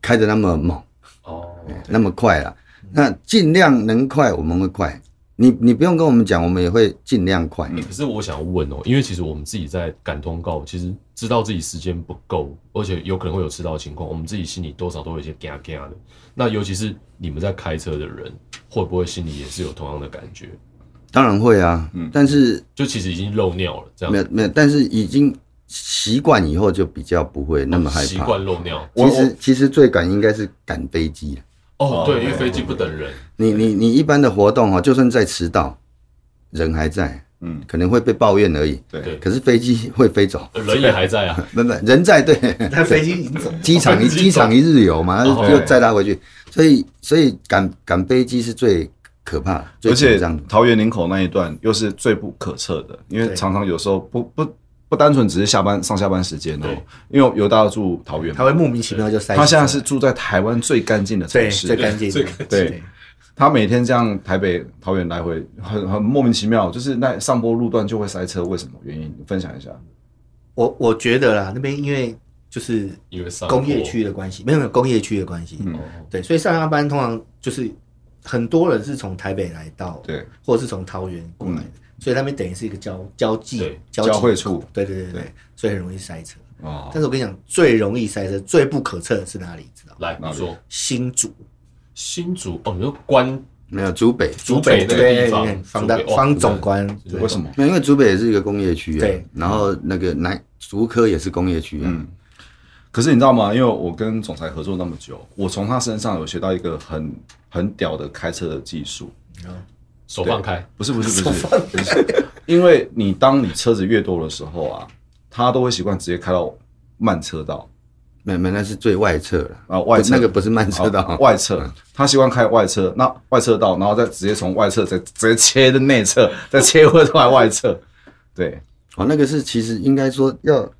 开的那么猛。哦，那么快了。那尽量能快，我们会快。你你不用跟我们讲，我们也会尽量快。欸可是我想要问哦，因为其实我们自己在赶通告，其实知道自己时间不够，而且有可能会有迟到的情况，我们自己心里多少都有一些嘎嘎的。那尤其是你们在开车的人，会不会心里也是有同样的感觉？当然会啊，但是就其实已经漏嗯尿了，这没样有没有，但是已经习惯以后就比较不会那么害习怕。惯漏尿。其实其实最赶应该是赶飞机。哦，对，因为对飞机不等人，你你你一般的活动哈，哦就算再迟到，人还在，嗯可能会被抱怨而已。对对，可是飞机会飞走，呃人也还在啊。不不，人在对。那飞机已经走了，机场一飞机机场一日游嘛，哦就载他回去。所以所以赶赶飞机是最可怕、最而且紧张的。桃园林口那一段又是最不可测的，因为对常常有时候不不不单纯只是下班上下班时间哦对，因为有大家住桃园嘛他，会莫名其妙就塞进去。他现在是住在台湾最干净的城对市，最干净最的干，净他每天这样台北桃园来回，很很莫名其妙，就是那上坡路段就会塞车，为什么原因？分享一下。我我觉得啦，那边因为就是因为上坡工业区的关系，没有没有工业区的关系，嗯对，所以上下班通常就是很多人是从台北来到，对，或者是从桃园过来的，所以那边等于是一个交交际对交际交汇处，对对对对对对，所以很容易塞车。哦但是我跟你讲，最容易塞车、最不可测的是哪里？知道吗？来，你说新竹，新竹哦，你说关没有竹北，竹北那个地方对，竹方北大哇方总官，对为什么？没有因为竹北也是一个工业区啊。对，然后那个南竹科也是工业区啊。嗯可是你知道吗？因为我跟总裁合作那么久，我从他身上有学到一个很很屌的开车的技术。手放开，不是不是不是，不是因为你当你车子越多的时候啊，他都会习惯直接开到慢车道没没，那是最外侧了啊，外不侧那个不是慢车道啊，外侧，他习惯开外侧，那外侧道，然后再直接从外侧再直接切的内侧， 再切回来外侧，对，哦，那个是其实应该说要，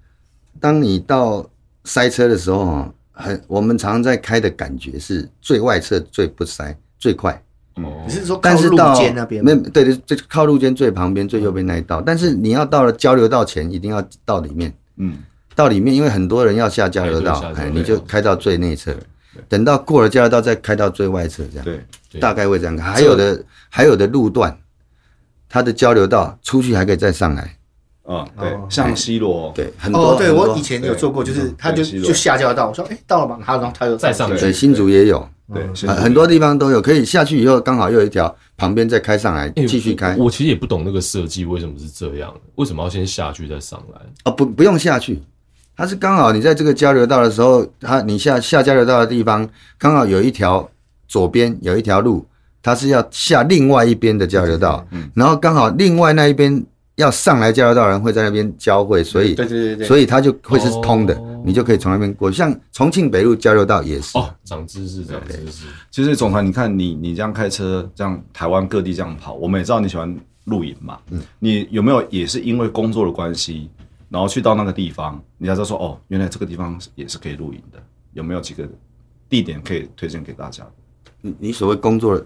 当你到塞车的时候啊，很我们常常在开的感觉是最外侧最不塞最快，哦你，是说靠但是路到肩那边吗没有对对，最靠路肩最旁边最右边那一道，但是你要到了交流道前，一定要到里面，嗯，到里面，因为很多人要下交流道哎对，下交哎，流道你就开到最内侧，等到过了交流道再开到最外侧，这样对，对大概会这样。还有的还有的路段，它的交流道出去还可以再上来，啊，对哦，像 C 罗，对，很多哦，对很多我以前有做过，就是他就对西罗就下交道，我说哎到了吗？然后然后他就再上对去，新竹也有。对，嗯先很很多地方都有，可以下去以后刚好又有一条旁边再开上来，哎继续开我我其实也不懂那个设计为什么是这样，为什么要先下去再上来？哦，不不用下去，它是刚好你在这个交流道的时候，它你下下交流道的地方刚好有一条左边有一条路，它是要下另外一边的交流道，然后刚好另外那一边要上来交流道的人会在那边交汇，所以对对对对，所以它就会是通的哦，你就可以从那边过去。像重庆北路交流道也是，哦，长知识，长知识，其实总裁，你看你你这样开车，这样台湾各地这样跑，我们也知道你喜欢露营嘛。你有没有也是因为工作的关系，然后去到那个地方，你才知道说哦，原来这个地方也是可以露营的？有没有几个地点可以推荐给大家？你你所谓工作的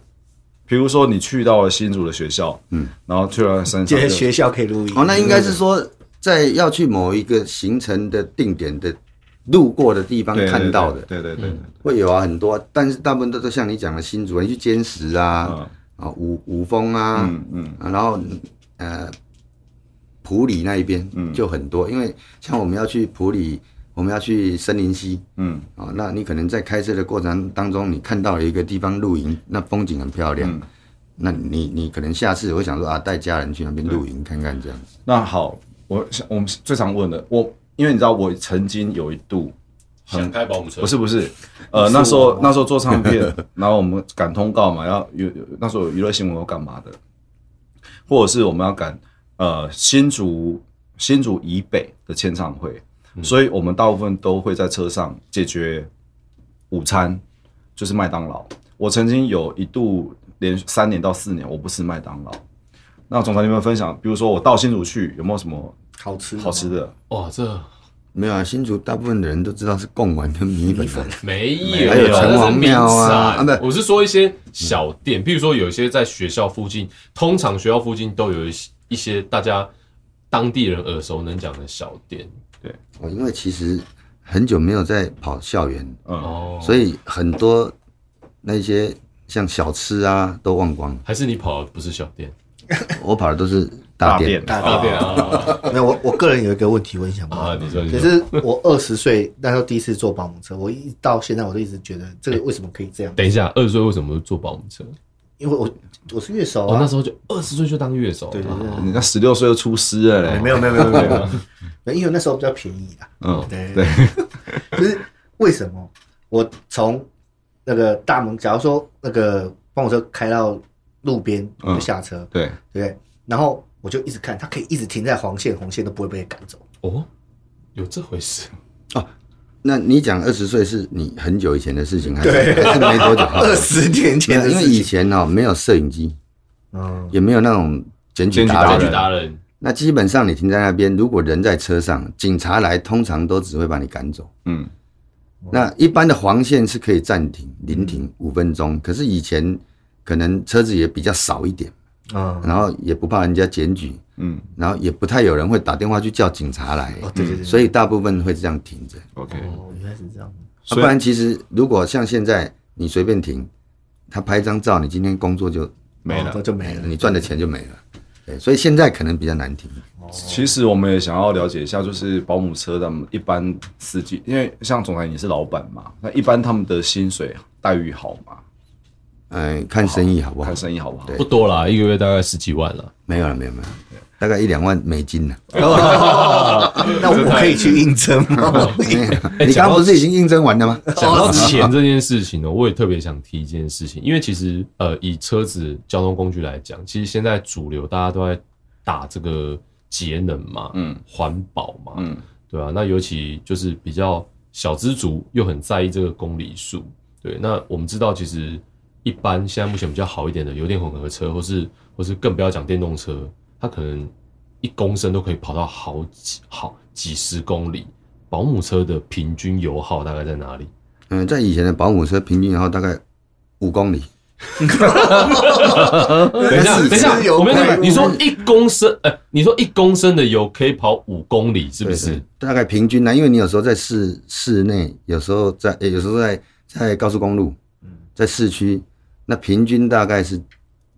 比如说你去到了新竹的学校，嗯，然后去了山这上的，些学校可以录音。哦，那应该是说在要去某一个行程的定点的路过的地方对对看到的，对对对对对会有啊很多啊，但是大部分都都像你讲的新竹，你去坚石啊嗯，啊五五峰啊，嗯嗯，啊然后呃普里那一边嗯就很多，因为像我们要去普里，我们要去森林溪。嗯啊，那你可能在开车的过程当中，你看到了一个地方露营，那风景很漂亮，嗯那你你可能下次我想说啊，带家人去那边露营看看这样子。那好，我想我们最常问的，我因为你知道我曾经有一度想开保姆车不是不是，呃，那时候那时候做唱片， 然后我们赶通告嘛，要有有那时候有娱乐新闻要干嘛的，或者是我们要赶呃新竹新竹以北的签唱会，嗯所以我们大部分都会在车上解决午餐，就是麦当劳。我曾经有一度连续三年到四年我不吃麦当劳。那总裁，你们分享，比如说我到新竹去，有没有什么好吃好吃的？哇，这没有啊，新竹大部分的人都知道是贡丸跟米粉啊，没有还有城那是隍名庙啊产啊不我是说一些小店，譬如说有一些在学校附近，通常学校附近都有一些一些大家当地人耳熟能详的小店哦，因为其实很久没有在跑校园，嗯，哦，所以以很多那些像小吃啊都忘光了，还是你跑的不是小店，我跑的都是大店。大大店啊啊没有，我我个人有一个问题，我很想 问。啊，你说你可说，是我二十岁那时候第一次坐保姆车，我一到现在我都一直觉得这个为什么可以这样？等一下，二十岁为什么坐保姆车？因为我我是乐手哦，啊那，时候就二十岁就当乐手，对对对你那十六岁就出师了嘞，嗯啊没有没有没有没有 没有，因为那时候比较便宜啊。嗯，对对，就是为什么我从那个大门，假如说那个帮我车开到路边嗯我就下车，对，对不对？然后我就一直看，它可以一直停在黄线，红线都不会被赶走。哦，有这回事，那你讲二十岁是你很久以前的事情，还是还是没多久？二十年前的啊因为事以情，前哦没有摄影机，嗯，也没有那种检举检举达家人达人具达人那基本上你停在那边，如果人在车上，警察来通常都只会把你赶走。嗯，那一般的黄线是可以暂停、临停五分钟，可是以前可能车子也比较少一点，嗯，然后也不怕人家检举，嗯然后也不太有人会打电话去叫警察来，哦，对对对，所以大部分会这样停着。 ，OK，哦，原来是这啊、样，所不以然其实如果像现在你随便停，他拍张照，你今天工作就没了哦。就没了。你赚的钱就没了。对，所以现在可能比较难停。其实我们也想要了解一下，就是保姆车他们一般司机，因为像总裁你是老板嘛，那一般他们的薪水待遇好吗？哎，看生意好不好看？生意好不好？不多啦，一个月大概十几万啦。没有了，没有没有，大概一两万美金呢。那我可以去应征 吗？你刚刚不是已经应征完了吗？讲到钱这件事情呢，我也特别想提一件事情，因为其实呃，以车子交通工具来讲，其实现在主流大家都在打这个节能嘛，嗯环保嘛，嗯，对啊，那尤其就是比较小资族又很在意这个公里数，对，那我们知道其实一般现在目前比较好一点的油电混合车，或是或是更不要讲电动车，它可能一公升都可以跑到好几好几十公里。保姆车的平均油耗大概在哪里？嗯，在以前的保姆车平均然后大概五公里，等一下，但是等一下其实，油我没有快你说一公升，哎、你说一公升的油可以跑五公里，是不对是？对大概平均呢，因为你有时候在市市内，有时候在，诶有时候在在高速公路，嗯在市区，那平均大概是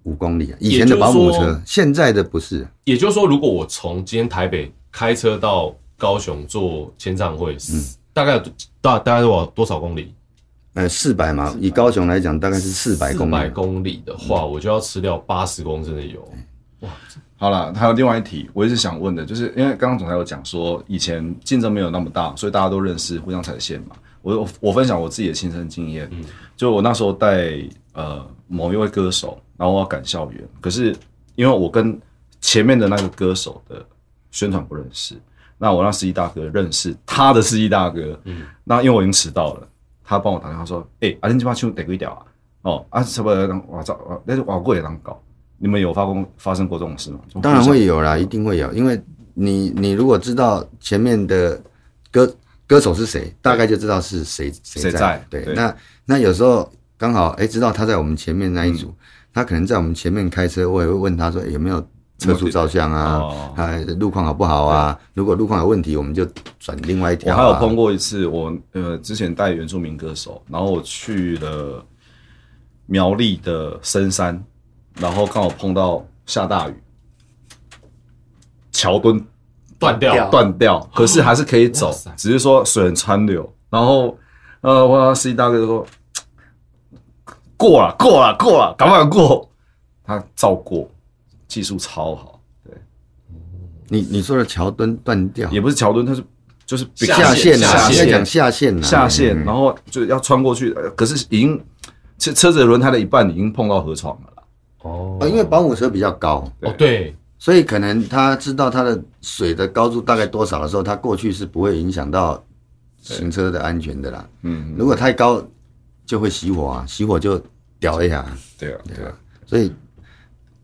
五公里啊。以前的保姆也就是车说，现在的不是，也就是说，如果我从今天台北开车到高雄做签唱会，大概有大大概多少多少公里？呃，四百嘛，以高雄来讲，大概是四百公400里。公里的话，我就要吃掉八十公升的油。好了，还有另外一题，我一直想问的，就是因为刚刚总裁有讲说，以前竞争没有那么大，所以大家都认识，互相踩线嘛。我我我分享我自己的亲身经验，就我那时候带呃某一位歌手，然后我要赶校园，可是因为我跟前面的那个歌手的宣传不认识，那我让司机大哥认识他的司机大哥，那因为我已经迟到了，他帮我打电话说，哎、阿林鸡巴去逮个一屌啊，哦啊什么人，我操，我那是我过也难搞。你们有发过发生过这种事吗？当然会有啦，一定会有，因为你你如果知道前面的歌歌手是谁，大概就知道是谁谁谁在在。对对，那那有时候刚好哎，知道他在我们前面那一组，他可能在我们前面开车，我也会问他说诶有没有车速照相哦啊，啊路况好不好啊？如果路况有问题，我们就转另外一我条啊。还有碰过一次，我呃之前带原住民歌手，然后我去了苗栗的深山，然后刚好碰到下大雨，桥墩断掉掉断掉，可是还是可以走哇塞，只是说水很川流。然后呃，我司机大哥就说过了，过了，过了，赶快过，他照过，技术超好，你你说的桥墩断掉，也不是桥墩，他是就是下线下啊，线应该讲下线啊，下线，嗯然后就要穿过去，呃可是已经车车子的轮胎的一半已经碰到河床了啦。哦呃因为保姆车比较高，哦对，所以可能他知道他的水的高度大概多少的时候，他过去是不会影响到行车的安全的啦。嗯，如果太高，就会熄火啊，熄火就屌一下啊。对啊，对啊，所以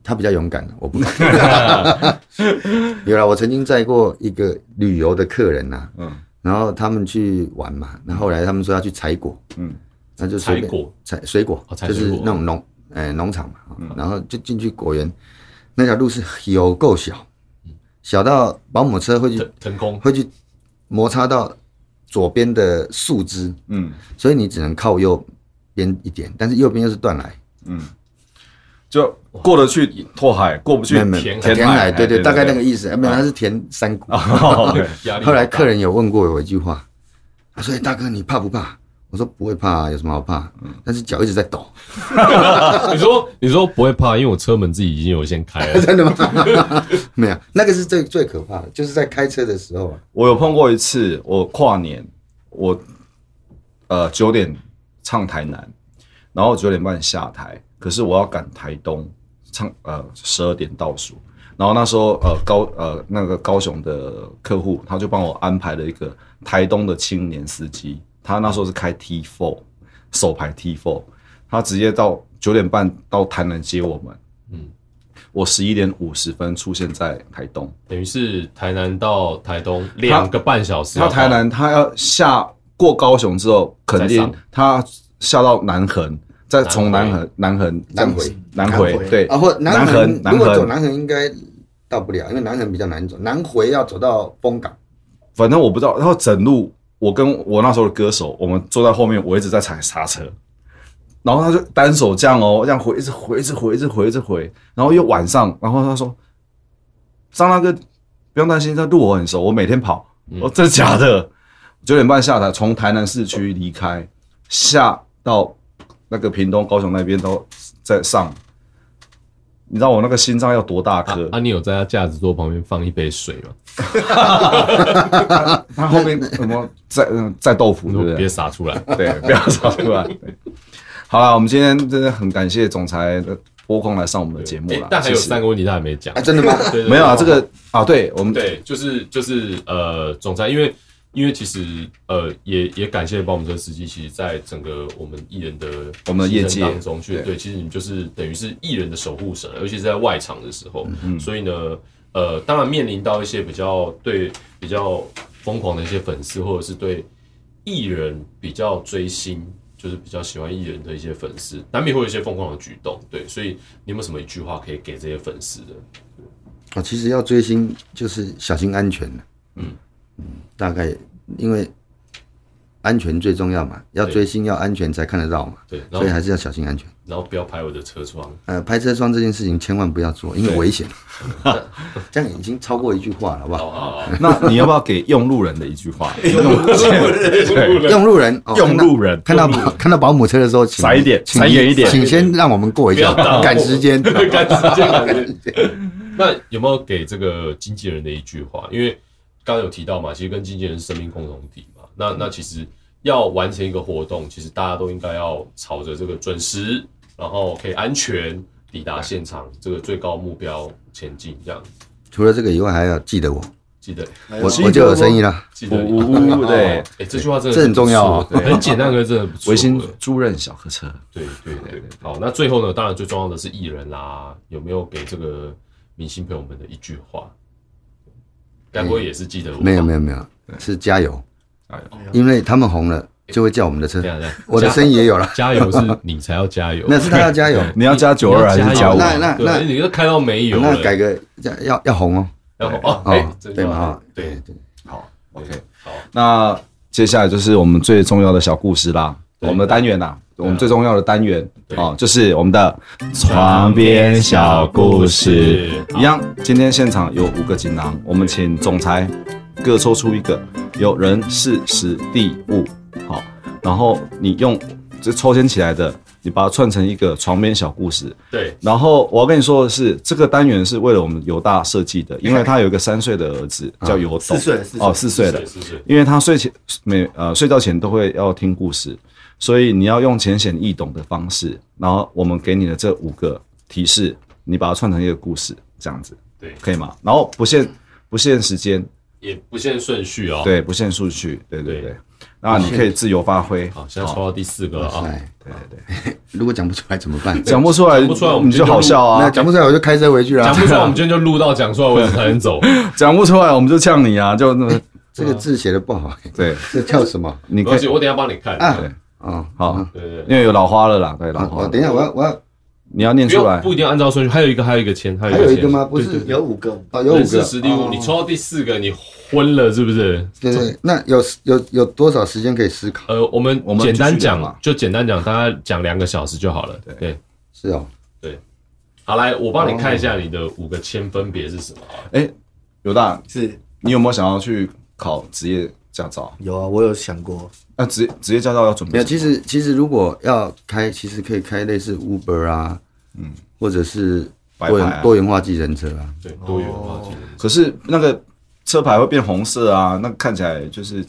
他比较勇敢，我不敢。 有啦，我曾经载过一个旅游的客人呐、嗯然后他们去玩嘛，那后来他们说要去采果，嗯，那就随采便果采水果哦，采就水果是那种农哎农场嘛，哦然后就进去果园，那条路是有够小，小到保姆车会去腾腾空会去摩擦到左边的树枝，嗯所以你只能靠右边一点，但是右边又是断崖，嗯，就过得去拓海，过不去没有没有填海填海，对对对，大概那个。意思，哎没有，它是填山谷。 哦对压力好大。后来客人有问过我一句话，他说：“哎大哥，你怕不怕？”我说：“不会怕啊，有什么好怕？但是脚一直在抖。” 你说你说不会怕，因为我车门自己已经有先开了。 真的吗？ 没有，那个是最最可怕的，就是在开车的时候啊。我有碰过一次，我跨年，我呃九点唱台南，然后九点半下台，可是我要赶台东唱呃十二点倒数，然后那时候呃高呃那个高雄的客户他就帮我安排了一个台东的青年司机，他那时候是开 T Four 手牌 T Four，他直接到九点半到台南接我们，嗯我十一点五十分出现在台东。等于是台南到台东两个半小时要他到，台南他要下过高雄之后，肯再定上他下到南横，再从南南回横南南横回这样子南南回回对啊，或南横，南如果走横，南横应该到不了，因为南横比较难走，南回要走到丰港。反正我不知道。然后整路我跟我那时候的歌手，我们坐在后面，我一直在踩刹车。然后他就单手这样哦，这样回，一直回，一直回，一直回，一直回。然后又晚上，然后他说：“张大哥，不用担心，这路我很熟，我每天跑。嗯我说：“真的假的？”九点半下台，从台南市区离开，下到那个屏东、高雄那边都在上。你知道我那个心脏要多大颗？啊，你有在他架子桌旁边放一杯水吗？他后面什么在嗯在豆腐，你对不说对？别洒出来。 对，不要吵出来。对好了，我们今天真的很感谢总裁的拨空来上我们的节目诶了。但还有谢谢三个问题他还没讲啊，。真的 吗？对对没有啊？这个啊，对我们对，就是就是呃，总裁，因为因为其实呃，也也感谢保姆车司机，其实在整个我们艺人的我们的业界新人当中去，对对，其实你就是等于是艺人的守护神，尤其是在外场的时候，嗯所以呢，呃，当然面临到一些比较对比较疯狂的一些粉丝，或者是对艺人比较追星。就是比较喜欢艺人的一些粉丝，难免会有一些疯狂的举动，对，所以你有没有什么一句话可以给这些粉丝的？啊，其实要追星就是小心安全了。嗯大概因为安全最重要嘛，要对追星要安全才看得到嘛，对，然所以后还是要小心安全。然后不要拍我的车窗，呃，拍车窗这件事情千万不要做，因为对危险。 这样已经超过一句话了，好不好？好好好。那你要不要给用路人的一句话？ 用路 用路人，哦用路人看到看到保 看到保姆车的时候，请闪一点请闪远一点请先让我们过一下不要打，我赶时 间。赶时间，赶时间。 那有没有给这个经纪人的一句话？因为刚刚有提到嘛，其实跟经纪人是生命共同体嘛。那那其实要完成一个活动，其实大家都应该要朝着这个准时，然后可以安全抵达现场这个最高目标前进。这样除了这个以外，还要记得我，哎记得我记我就有得生意了。记得。呜呜呜，对，哎，这句话真的这很重要哦不错哎很简单，可是真的不错。哎维新租赁小客车。对对对对，好，那最后呢，当然最重要的是艺人啦，有没有给这个明星朋友们的一句话？该不会也是记得我吧？没有没有没有，是加油，哎呦因为他们红了就会叫我们的车这，样这样，我的生意也有了，加油是你才要加油，啊那是他 要加油。你要加九二还是加五？啊那那对那你都开到没油那了，改个要要要红哦，然后哦，哎哦，，这对句嘛话哈，对，对，好，OK。好，那接下来就是我们最重要的小故事啦，我对们的单元啦，我们最重要的单元对哦，就是我们的床边小故事。好一样，今天现场有五个锦囊，我们请总裁各抽出一个，有人事时地物，好，然后你用这抽签起来的，你把它串成一个床边小故事。对，然后我要跟你说的是，这个单元是为了我们犹大设计的，因为他有一个三岁的儿子叫犹斗，四岁了四岁哦，四岁了，是是因为他睡前每呃睡觉前都会要听故事，所以你要用浅显易懂的方式，然后我们给你的这五个提示，你把它串成一个故事，这样子对，可以吗？然后不限不限时间，也不限顺序哦。，对，不限数据，对对对对。那你可以自由发挥，好，现在抽到第四个了啊，哎， 对对对，如果讲不出来怎么 办？讲不出来，讲不出来我们你就就好笑那啊！讲不出来我就开车回去讲啦。不出来，我们今天就录到讲出来为止才能 走。讲不出来，我们就呛你啊！就那么这个字写的不好，哎对，这叫什么你可而且以我等一下帮你看，啊对？哦，好，对对。因为有老花了啦，对老啊，花我了，等一下，我要我要你要念不出用来，不一定按照顺序，还有一个，还有一个签，哎还有还有一签个吗？不对对是对有五个，哦，有五人事个，实力物，你抽到第四个，你昏了是不是？对对，那有有有多少时间可以思考？呃，我们我们简单继续聊嘛讲，就简单讲，大概讲两个小时就好了。对，是哦，好，来，我帮你看一下你的五个签分别是什么啊。哎，尤大，是你有没有想要去考职业驾照？有啊，我有想过，那职职业驾照要准没备有，什其么？实其实如果要开，其实可以开类似 Uber 啊，嗯，或者是白多牌元啊、多元化计程车啊，对，多元化技能。可是那个车牌会变红色啊，那看起来就是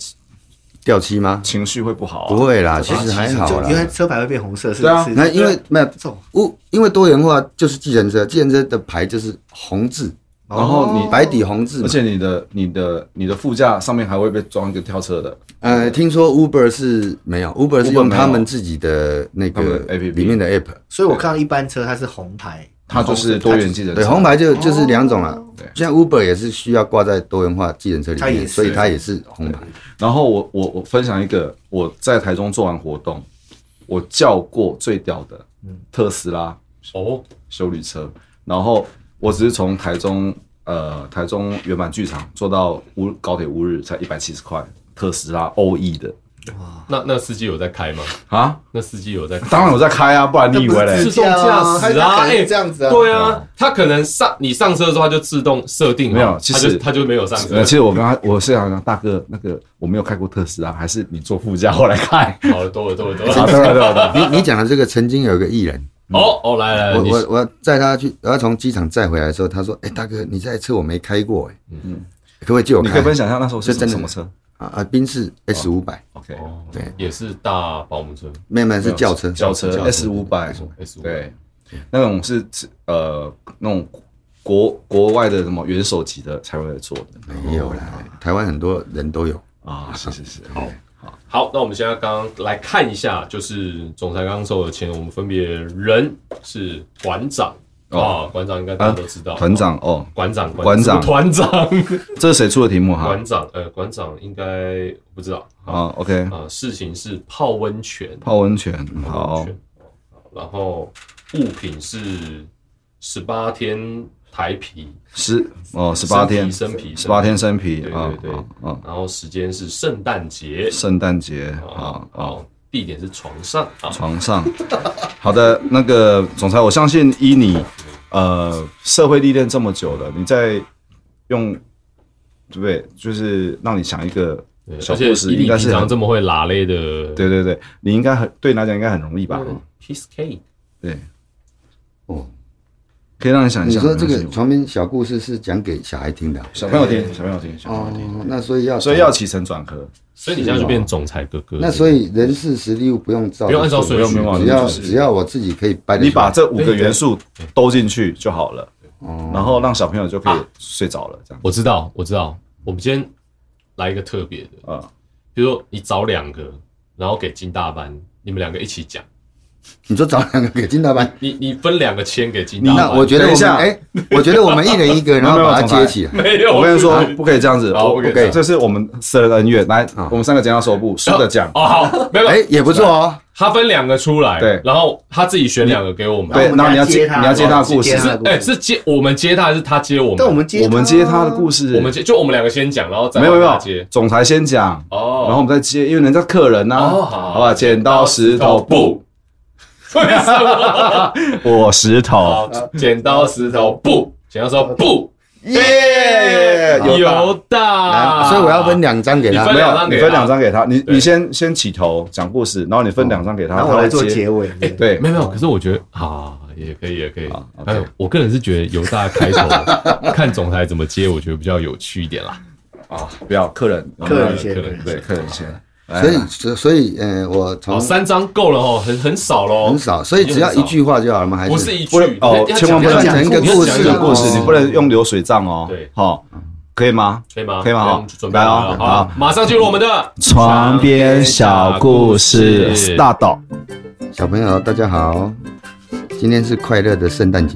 掉漆吗？情绪会不好、啊。不，会啦，其啊实还好就啦因。为车牌会变红色，是对啊是那因为没有这种不，因为多元化就是计程车，计程车的牌就是红字，然后你，白底红字而嘛。且你的你的你的副驾上面还会被装一个跳车的，呃，听说 Uber 是没有，Uber 是 Uber 用没有他们自己的那他们个的 APP 里面的 app，所以我看到一般车它是红牌，它就是多元技能。对，红牌就就是两种啦对。像 Uber 也是需要挂在多元化计程车里它也面，是所以它也是红牌。然后我我我分享一个，我在台中做完活动，我叫过最屌的嗯特斯拉哦，修理车，然后我只是从台中呃台中圆满剧场坐到乌高铁乌日才一百七十块，特斯拉 OE E 的，哇，那那司机有在开吗？啊，那司机有在开？当然有在开啊，不然你以为那不嘞是？自动驾驶啊他哎这样子啊，对啊，他可能上你上车的时候，他就自动设定好没有其他实就他就没有上呃，车其。实我刚刚我是想讲大哥，那个我没有开过特斯拉，还是你坐副驾后来 开？好了，多了多了多啊，呃了。对对对 对，你你讲的这个，曾经有一个艺人，哦哦，来来，来我你我我载他去，我要从机场载回来的时候，他说：“哎、大哥，你这台车我没开过、哎，嗯可不可以借我你开？”可以分享一下那时候是哦这真的什么车啊啊，宾士 S 五百， ？OK，哦对，也是大保姆车，妹妹是轿车，哦轿车哦轿车 S 五百 S500 对，那种是呃那种国国外的什么元首级的才会做的没有哦啦，台湾很多人都有。啊，是是是，好，好，好，那我们现在刚刚来看一下，就是总裁刚刚收的钱，我们分别人是馆长啊哦，馆长应该大家都知道，团长哦，馆长，馆长啊馆长，团这是谁出的题目长，哈馆？长，呃，馆长应该不知道啊啊，OK，啊，事情是泡温泉，泡温泉，泡温好泉，然后物品是十八天台皮，十哦十八天，生皮，生皮十八，天生皮对啊对对啊啊，然后时间是圣诞节圣诞节啊啊啊。啊，地点是床上啊，床上。好的，那个总裁，我相信依你呃社会历练这么久了，你在用对不对？就是让你想一个对小而且故事，以应你该平是常很这么会嗯拉勒的，对对对，你应该很对你来讲应该很容易吧？哦，piece cake，对，哦，可以让你想一你下。说这个没关系床边小故事是讲给小孩听的啊、小朋友听，小朋友听，小朋友哦，听，那所以要所以要起承转合，所以你现在就变总裁哥哥了，那所以人事实力物不用照，不用按照不顺用序不，用，只要就是只要我自己可以掰得出来。你把这五个元素都进去就好了，哦然后让小朋友就可以睡着了，这样我知道，我知道，我们今天来一个特别的，啊。比如说你找两个，然后给金大班，你们两个一起讲，你说找两个给金大班，你你分两个签给金大那班，我觉得我等一们下哎，我觉得我们一人一 个，然后把它接起来。 没有，啊我跟你说，不可以这样子，好不我不可以可这样以，这是我们私人恩怨。来啊，我们三个讲到手部，输 的讲，哦， 好，没有，哎，也不错哦。他分两个出来，对然后他自己选两个给我们，对，然后你要接，然后你要接他的故事接，他的故事哎，是接我们接他还是他接我们？但我们接我们接他的故事，事，我们接就我们两个先讲，然后再没有没往有他接，总裁先讲，哦，然后我们再接，因为人家客人呐，哦好好吧，剪刀石头布，，为什么？我石头，好，剪刀石头布，剪刀石头布，耶，哎有有来大，所以我要分两张给你他分。没两张有？给他你分两张给他，你对你先先起头讲故事，然后你分两张给他，然后他哦我会来做接哎结，尾。对哎没，有没有，可是我觉得啊，也可以也可以好。，OK 还有，我个人是觉得由大开头，看总裁怎么接，我觉得比较有趣一点啦。啊，不要客人，啊客人先可能对嗯客人先，来所以所所以呃，我好，从三张够了哦，很很少喽，很少，所以只要一句话就好了吗？还不是是一句不能哦你要千万讲啊不能你要讲一个你要故讲事一这个个故事，哦你不能用流水账哦。对好，可以吗？可以吗？可以吗那好我们准备来哦好了，好好，马上进入我们的床边小故事，start。小朋友，大家好，今天是快乐的圣诞节。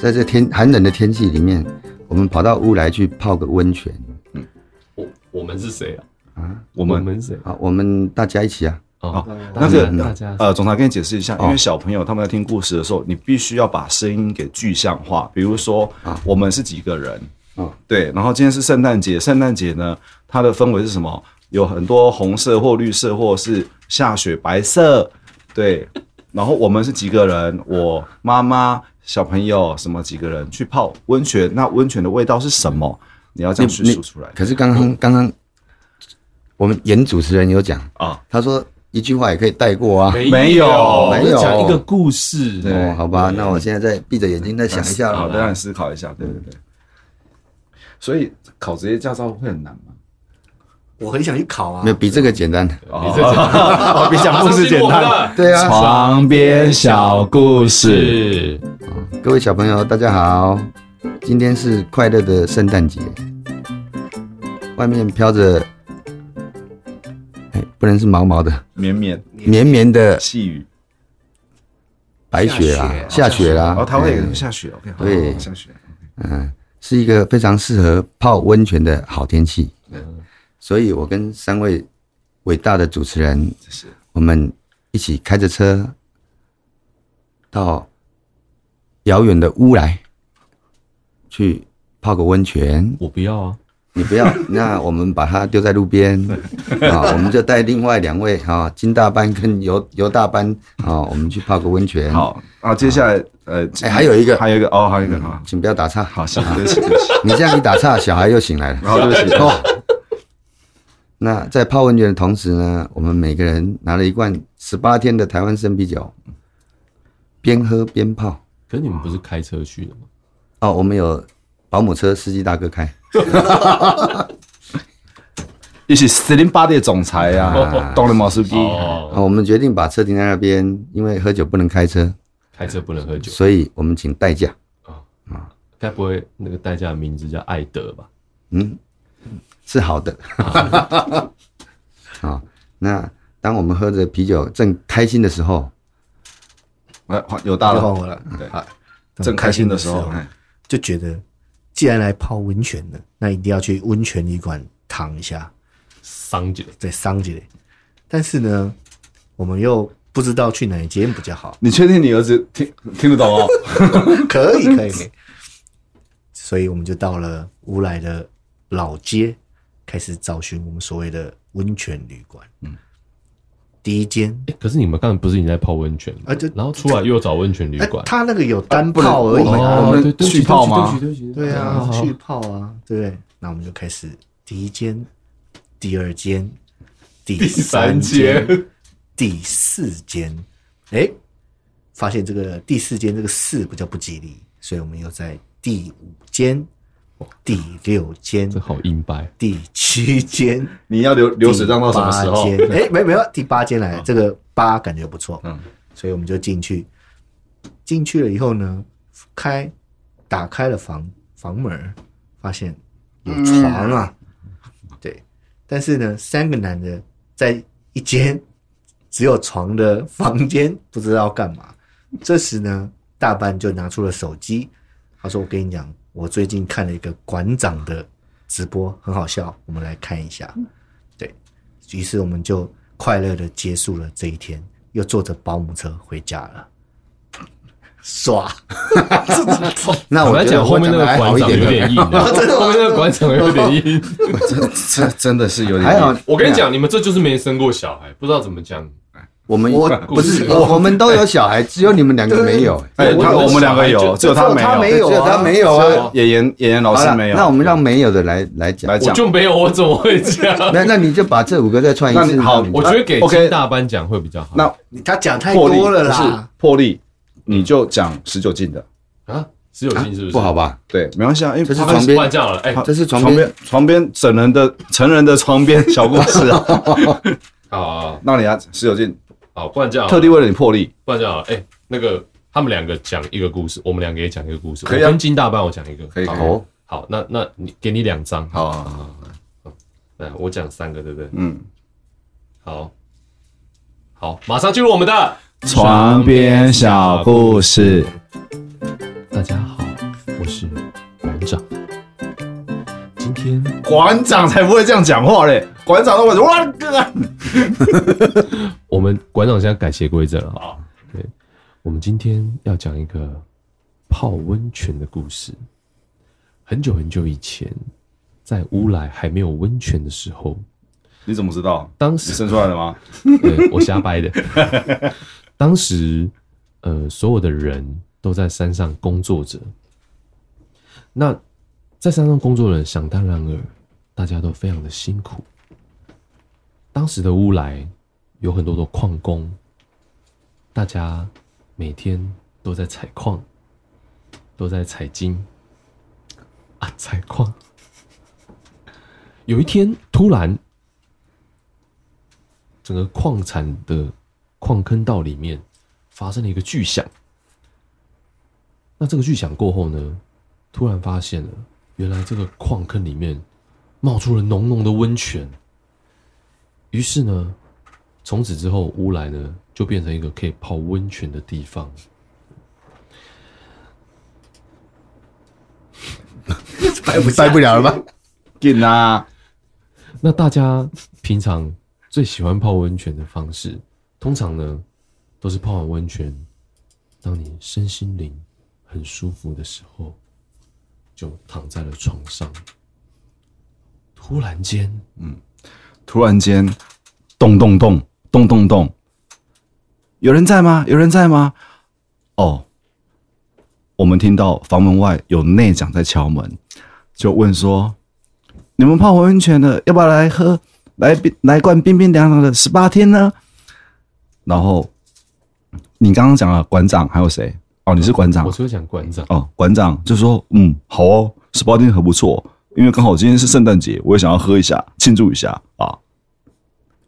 在这天寒冷的天气里面，我们跑到屋来去泡个温泉我我们是谁啊？啊！我我们们是谁？好，我们大家一起啊！哦，那当个然了大家呃，总裁跟你解释一下，哦因为小朋友他们在听故事的时候，你必须要把声音给具象化。比如说啊，我们是几个人啊，对，然后今天是圣诞节，圣诞节呢，它的氛围是什么？有很多红色或绿色，或是下雪白色，对。然后我们是几个人？我妈妈、小朋友什么几个人去泡温泉？那温泉的味道是什么？你要这样叙你述出来可是刚刚刚刚我们演主持人有讲，啊。他说一句话也可以带过啊。没没有有没有讲一个故事，对哦，好吧，那我现在再闭着眼睛再想一下嗯好了。的，让你啊思考一下，对对对。所以考职业驾照会很难吗？我很想去考啊没有，比这个简单。你这讲 哦，比讲故事简单。。对啊，床边小故事，是各位小朋友，大家好，今天是快乐的圣诞节，外面飘着，哎，不能是毛毛的，绵绵绵绵的细雨，白雪啦，下雪下雪啦，然后哦它会哎下雪，OK，好对好下雪。嗯，是一个非常适合泡温泉的好天气。所以我跟三位伟大的主持人，是我们一起开着车到遥远的乌来去泡个温泉。我不要啊，你不 要，那我们把它丢在路边啊，我们就带另外两位啊，金大班跟尤尤大班啊，我们去泡个温泉。，好啊，接下来呃，哎还有一个还有一个哦，还有一个哈，请不要打岔。好，行，对不起，对不起，你这样一打岔，小孩又醒来了。哦然后对不起对不起，那在泡温泉的同时呢，我们每个人拿了一罐十八天的台湾生啤酒，边喝边泡。可是你们不是开车去的吗？哦，我们有保姆车司机大哥开， 一起四零八的总裁呀啊，动了毛司机，啊，哦，我们决定把车停在那边，因为喝酒不能开车，开车不能喝酒，所以我们请代驾。该不会那个代驾的名字叫艾德吧？嗯，是好的。啊，那当我们喝着啤酒正开心的时候，来换哎有大就了换，我了。对好，哦正开心的时候，哎，就觉得，既然来泡温泉了，那一定要去温泉旅馆躺一下，桑姐，再伤起来。但是呢，我们又不知道去哪一间比较好你确定你儿子听听得懂 哦？可以可以，可以所以我们就到了乌来的老街，开始找寻我们所谓的温泉旅馆。嗯，第一间，哎，可是你们刚才不是已经在泡温泉吗啊就？然后出来又找温泉旅哎馆，，他那个有单泡而已不能嘛，哦对对不起去泡吗对不起，对不起，哎对好啊 好，好去泡啊，对不对？那我们就开始第一间、第二间、第第三间、间，第四间。哎，发现这个第四间这个四比较不吉利，所以我们又在第五间、第六间这、好硬掰。第七间、你要流流水账到什么时候第？八间哎，没没有，第八间来，这个八感觉不错，嗯所以我们就进去。进去了以后呢，开打开了房房门儿，发现有床啊，嗯对，但是呢，三个男的在一间只有床的房间，不知道干嘛。这时呢，大班就拿出了手机，他说：“我跟你讲，我最近看了一个馆长的直播，很好笑，我们来看一下。”对于是，我们就快乐的结束了这一天，又坐着保姆车回家了。 爽！坦那我白觉得讲我后面那讲的个还好馆一长点有点。点硬啊， 后面那个馆长有点硬。这这真的是有点还 好， 我跟你讲，你们这就是没生过小孩，不知道怎么讲。我们我不是我我们都有小孩，只有你们两个没有。哎，他我们两个有，只有他没有。没有啊只有他没有啊。演员演员老好师了，没有。那我们让没有的来来讲来。我讲，就没有，我怎么会这 样？那那你就把这五个再串一那次。你好让我觉得给 OK 金大班讲会比较好。那他讲太破例多了不是啦，破例，你就讲十九禁的，啊，只有金是不是？不好，吧？对，没关系啊，因为这是他床换边，这样了。哎，这是床床边边床边整人的成人的 床边小故事啊，好好那你啊十九禁，好，换这样，特地为了你破例，换这样。哎，那个他们两个讲一个故事，我们两个也讲一个故事。可以啊我跟金大班我讲一个。可以好可以哦，好，那那你给你两张。好啊好，好那我讲三个，对不对？嗯，好，好，马上进入我们的。床边小故事，大家好，我是馆长。今天馆长才不会这样讲话嘞，馆长都会说哇哥啊，我们馆长现在改邪归正了啊。对，我们今天要讲一个泡温泉的故事。很久很久以前，在乌来还没有温泉的时候，你怎么知道？当你时生出来了吗？对，我瞎掰的。 当时，呃，所有的人都在山上工作着。那在山上工作的人，想当然尔，大家都非常的辛苦。当时的乌来有很多的矿工，大家每天都在采矿，都在采金啊，采矿。有一天，突然整个矿产的矿坑道里面发生了一个巨响。那这个巨响过后呢，突然发现了，原来这个矿坑里面冒出了浓浓的温泉。于是呢，从此之后，乌来呢就变成一个可以泡温泉的地方。掰不掰不了了吧？进啊，那大家平常最喜欢泡温泉的方式，通常呢都是泡完温泉，当你身心灵很舒服的时候，就躺在了床上，突然间，突然间，咚咚咚咚咚咚，有人在吗？有人在吗？哦，我们听到房门外有内长在敲门，就问说：“你们泡温泉的，要不要来喝？来冰来罐冰冰凉凉的十八天呢？”然后你刚刚讲了馆长还有谁？哦，你是馆长我，是会讲馆长，哦，馆长就说，嗯，好哦，十八天很不错，因为刚好今天是圣诞节，我也想要喝一下，庆祝一下啊。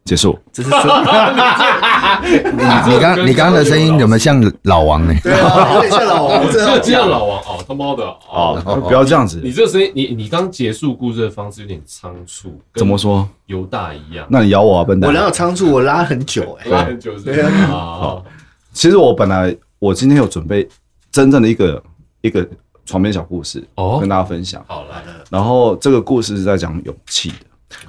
结束，这是真的，你你刚你刚刚的声音怎么像老王 呢？对啊，有点像老王， 真的这样老王哦，他妈的哦！哦，不要这样子你，这个声音，你你刚结束故事的方式有点仓促，跟怎么说？犹大一样？那你咬我啊，笨我哪有蛋！仓促？我拉很久 哎、拉很久是不是对啊啊好其实我本来我今天有准备真正的一个一个床边小故事哦跟大家分享，好了，然后这个故事是在讲勇气的。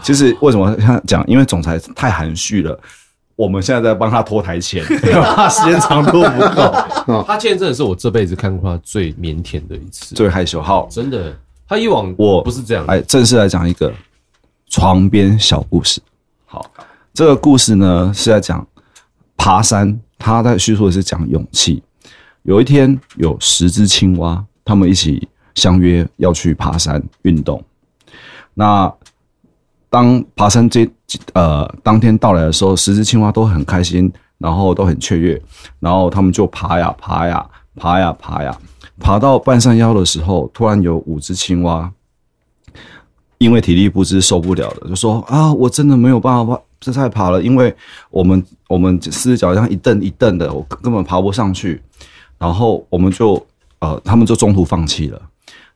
其实为什么要讲？因为总裁太含蓄了，我们现在在帮他拖台 前，因为怕时间长度不够，他现在真的是我这辈子看过他最腼腆的一次，最害羞。好，真的，他以往我不是这样的，哎，正式来讲一个床边小故事。好，这个故事呢是在讲爬山，他在叙述的是讲勇气。有一天，有十只青蛙，他们一起相约要去爬山运动。那当爬山这呃当天到来的时候，十只青蛙都很开心，然后都很雀跃，然后他们就爬呀爬呀爬呀爬呀，爬到半山腰的时候，突然有五只青蛙因为体力不支受不了了，就说啊，我真的没有办法这再爬了，因为我们我们四只脚这样一蹬一蹬的，我根本爬不上去。然后我们就呃，他们就中途放弃了。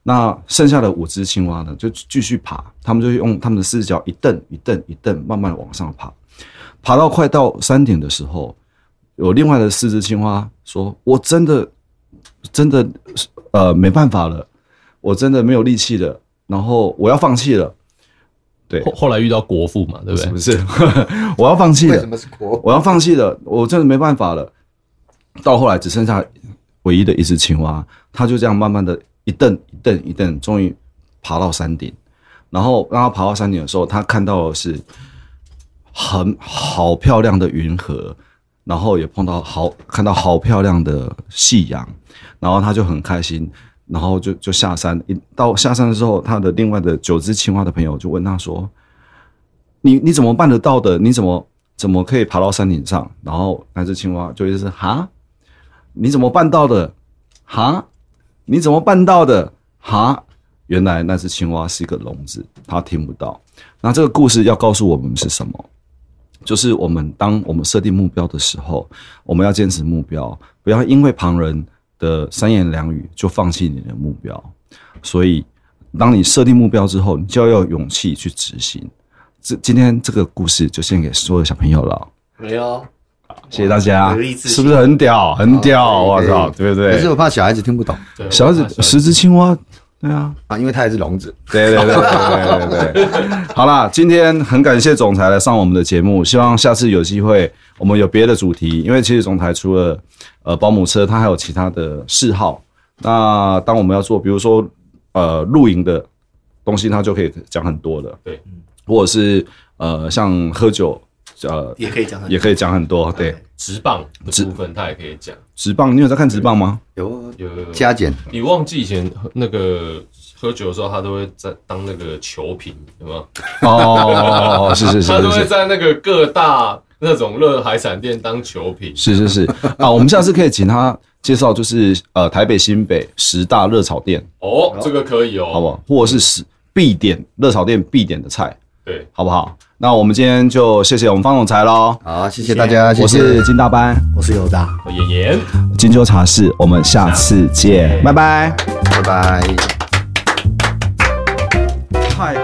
那剩下的五只青蛙呢，就继续爬，他们就用他们的四只脚一蹬一蹬一蹬，慢慢的往上爬。爬到快到山顶的时候，有另外的四只青蛙说：“我真的真的呃没办法了，我真的没有力气了，然后我要放弃了。”对，后后来遇到国父嘛，哦对不对？不是， 我要放弃了。么是国？我要放弃了，我真的没办法了。到后来只剩下唯一的一只青蛙，它就这样慢慢的一蹬一蹬一蹬，终于爬到山顶。然后让它爬到山顶的时候，它看到的是很好漂亮的云河，然后也碰到好看到好漂亮的夕阳，然后它就很开心，然后就就下山。一到下山的时候，它的另外的九只青蛙的朋友就问他说：“你你怎么办得到的？你怎么怎么可以爬到山顶上？然后那只青蛙就一直哈，你怎么办到的？哈，你怎么办到的？哈，原来那只青蛙是一个聋子，它听不到。那这个故事要告诉我们是什么？就是我们当我们设定目标的时候，我们要坚持目标，不要因为旁人的三言两语就放弃你的目标。所以，当你设定目标之后，你就要有勇气去执行。这今天这个故事就献给所有小朋友了，没有，谢谢大家有意，思是不是很屌？很屌，好我可以靠，哦对不可是对？我怕小孩子听不懂对小子，十只青蛙，对啊，啊，因为他也是聋子。对对对对对对对。 好啦，今天很感谢总裁来上我们的节目，希望下次有机会我们有别的主题，因为其实总裁除了呃保姆车，他还有其他的嗜好。那当我们要做，比如说呃露营的东西，他就可以讲很多的。对，或者是呃像喝酒，呃也可以讲很也可以讲很多。对，直棒的部分，他也可以讲。直棒，你有在看直棒吗？有有有有加减，你忘记以前喝那个喝酒的时候，他都会在当那个球评，有没有？ 哦，是是是他是都是会。在那个各大那种热海产店当球评。是是是啊，我们下次可以请他介绍，就是呃台北新北十大热炒店，哦，这个可以哦，好不好？或者是十必点热炒店必点的菜，对，好不好？那我们今天就谢谢我们方总裁喽，好，谢谢大家，谢我谢是。金大班我是尤大。我哦演员。金秋茶室，我们下次见，拜拜。拜拜。太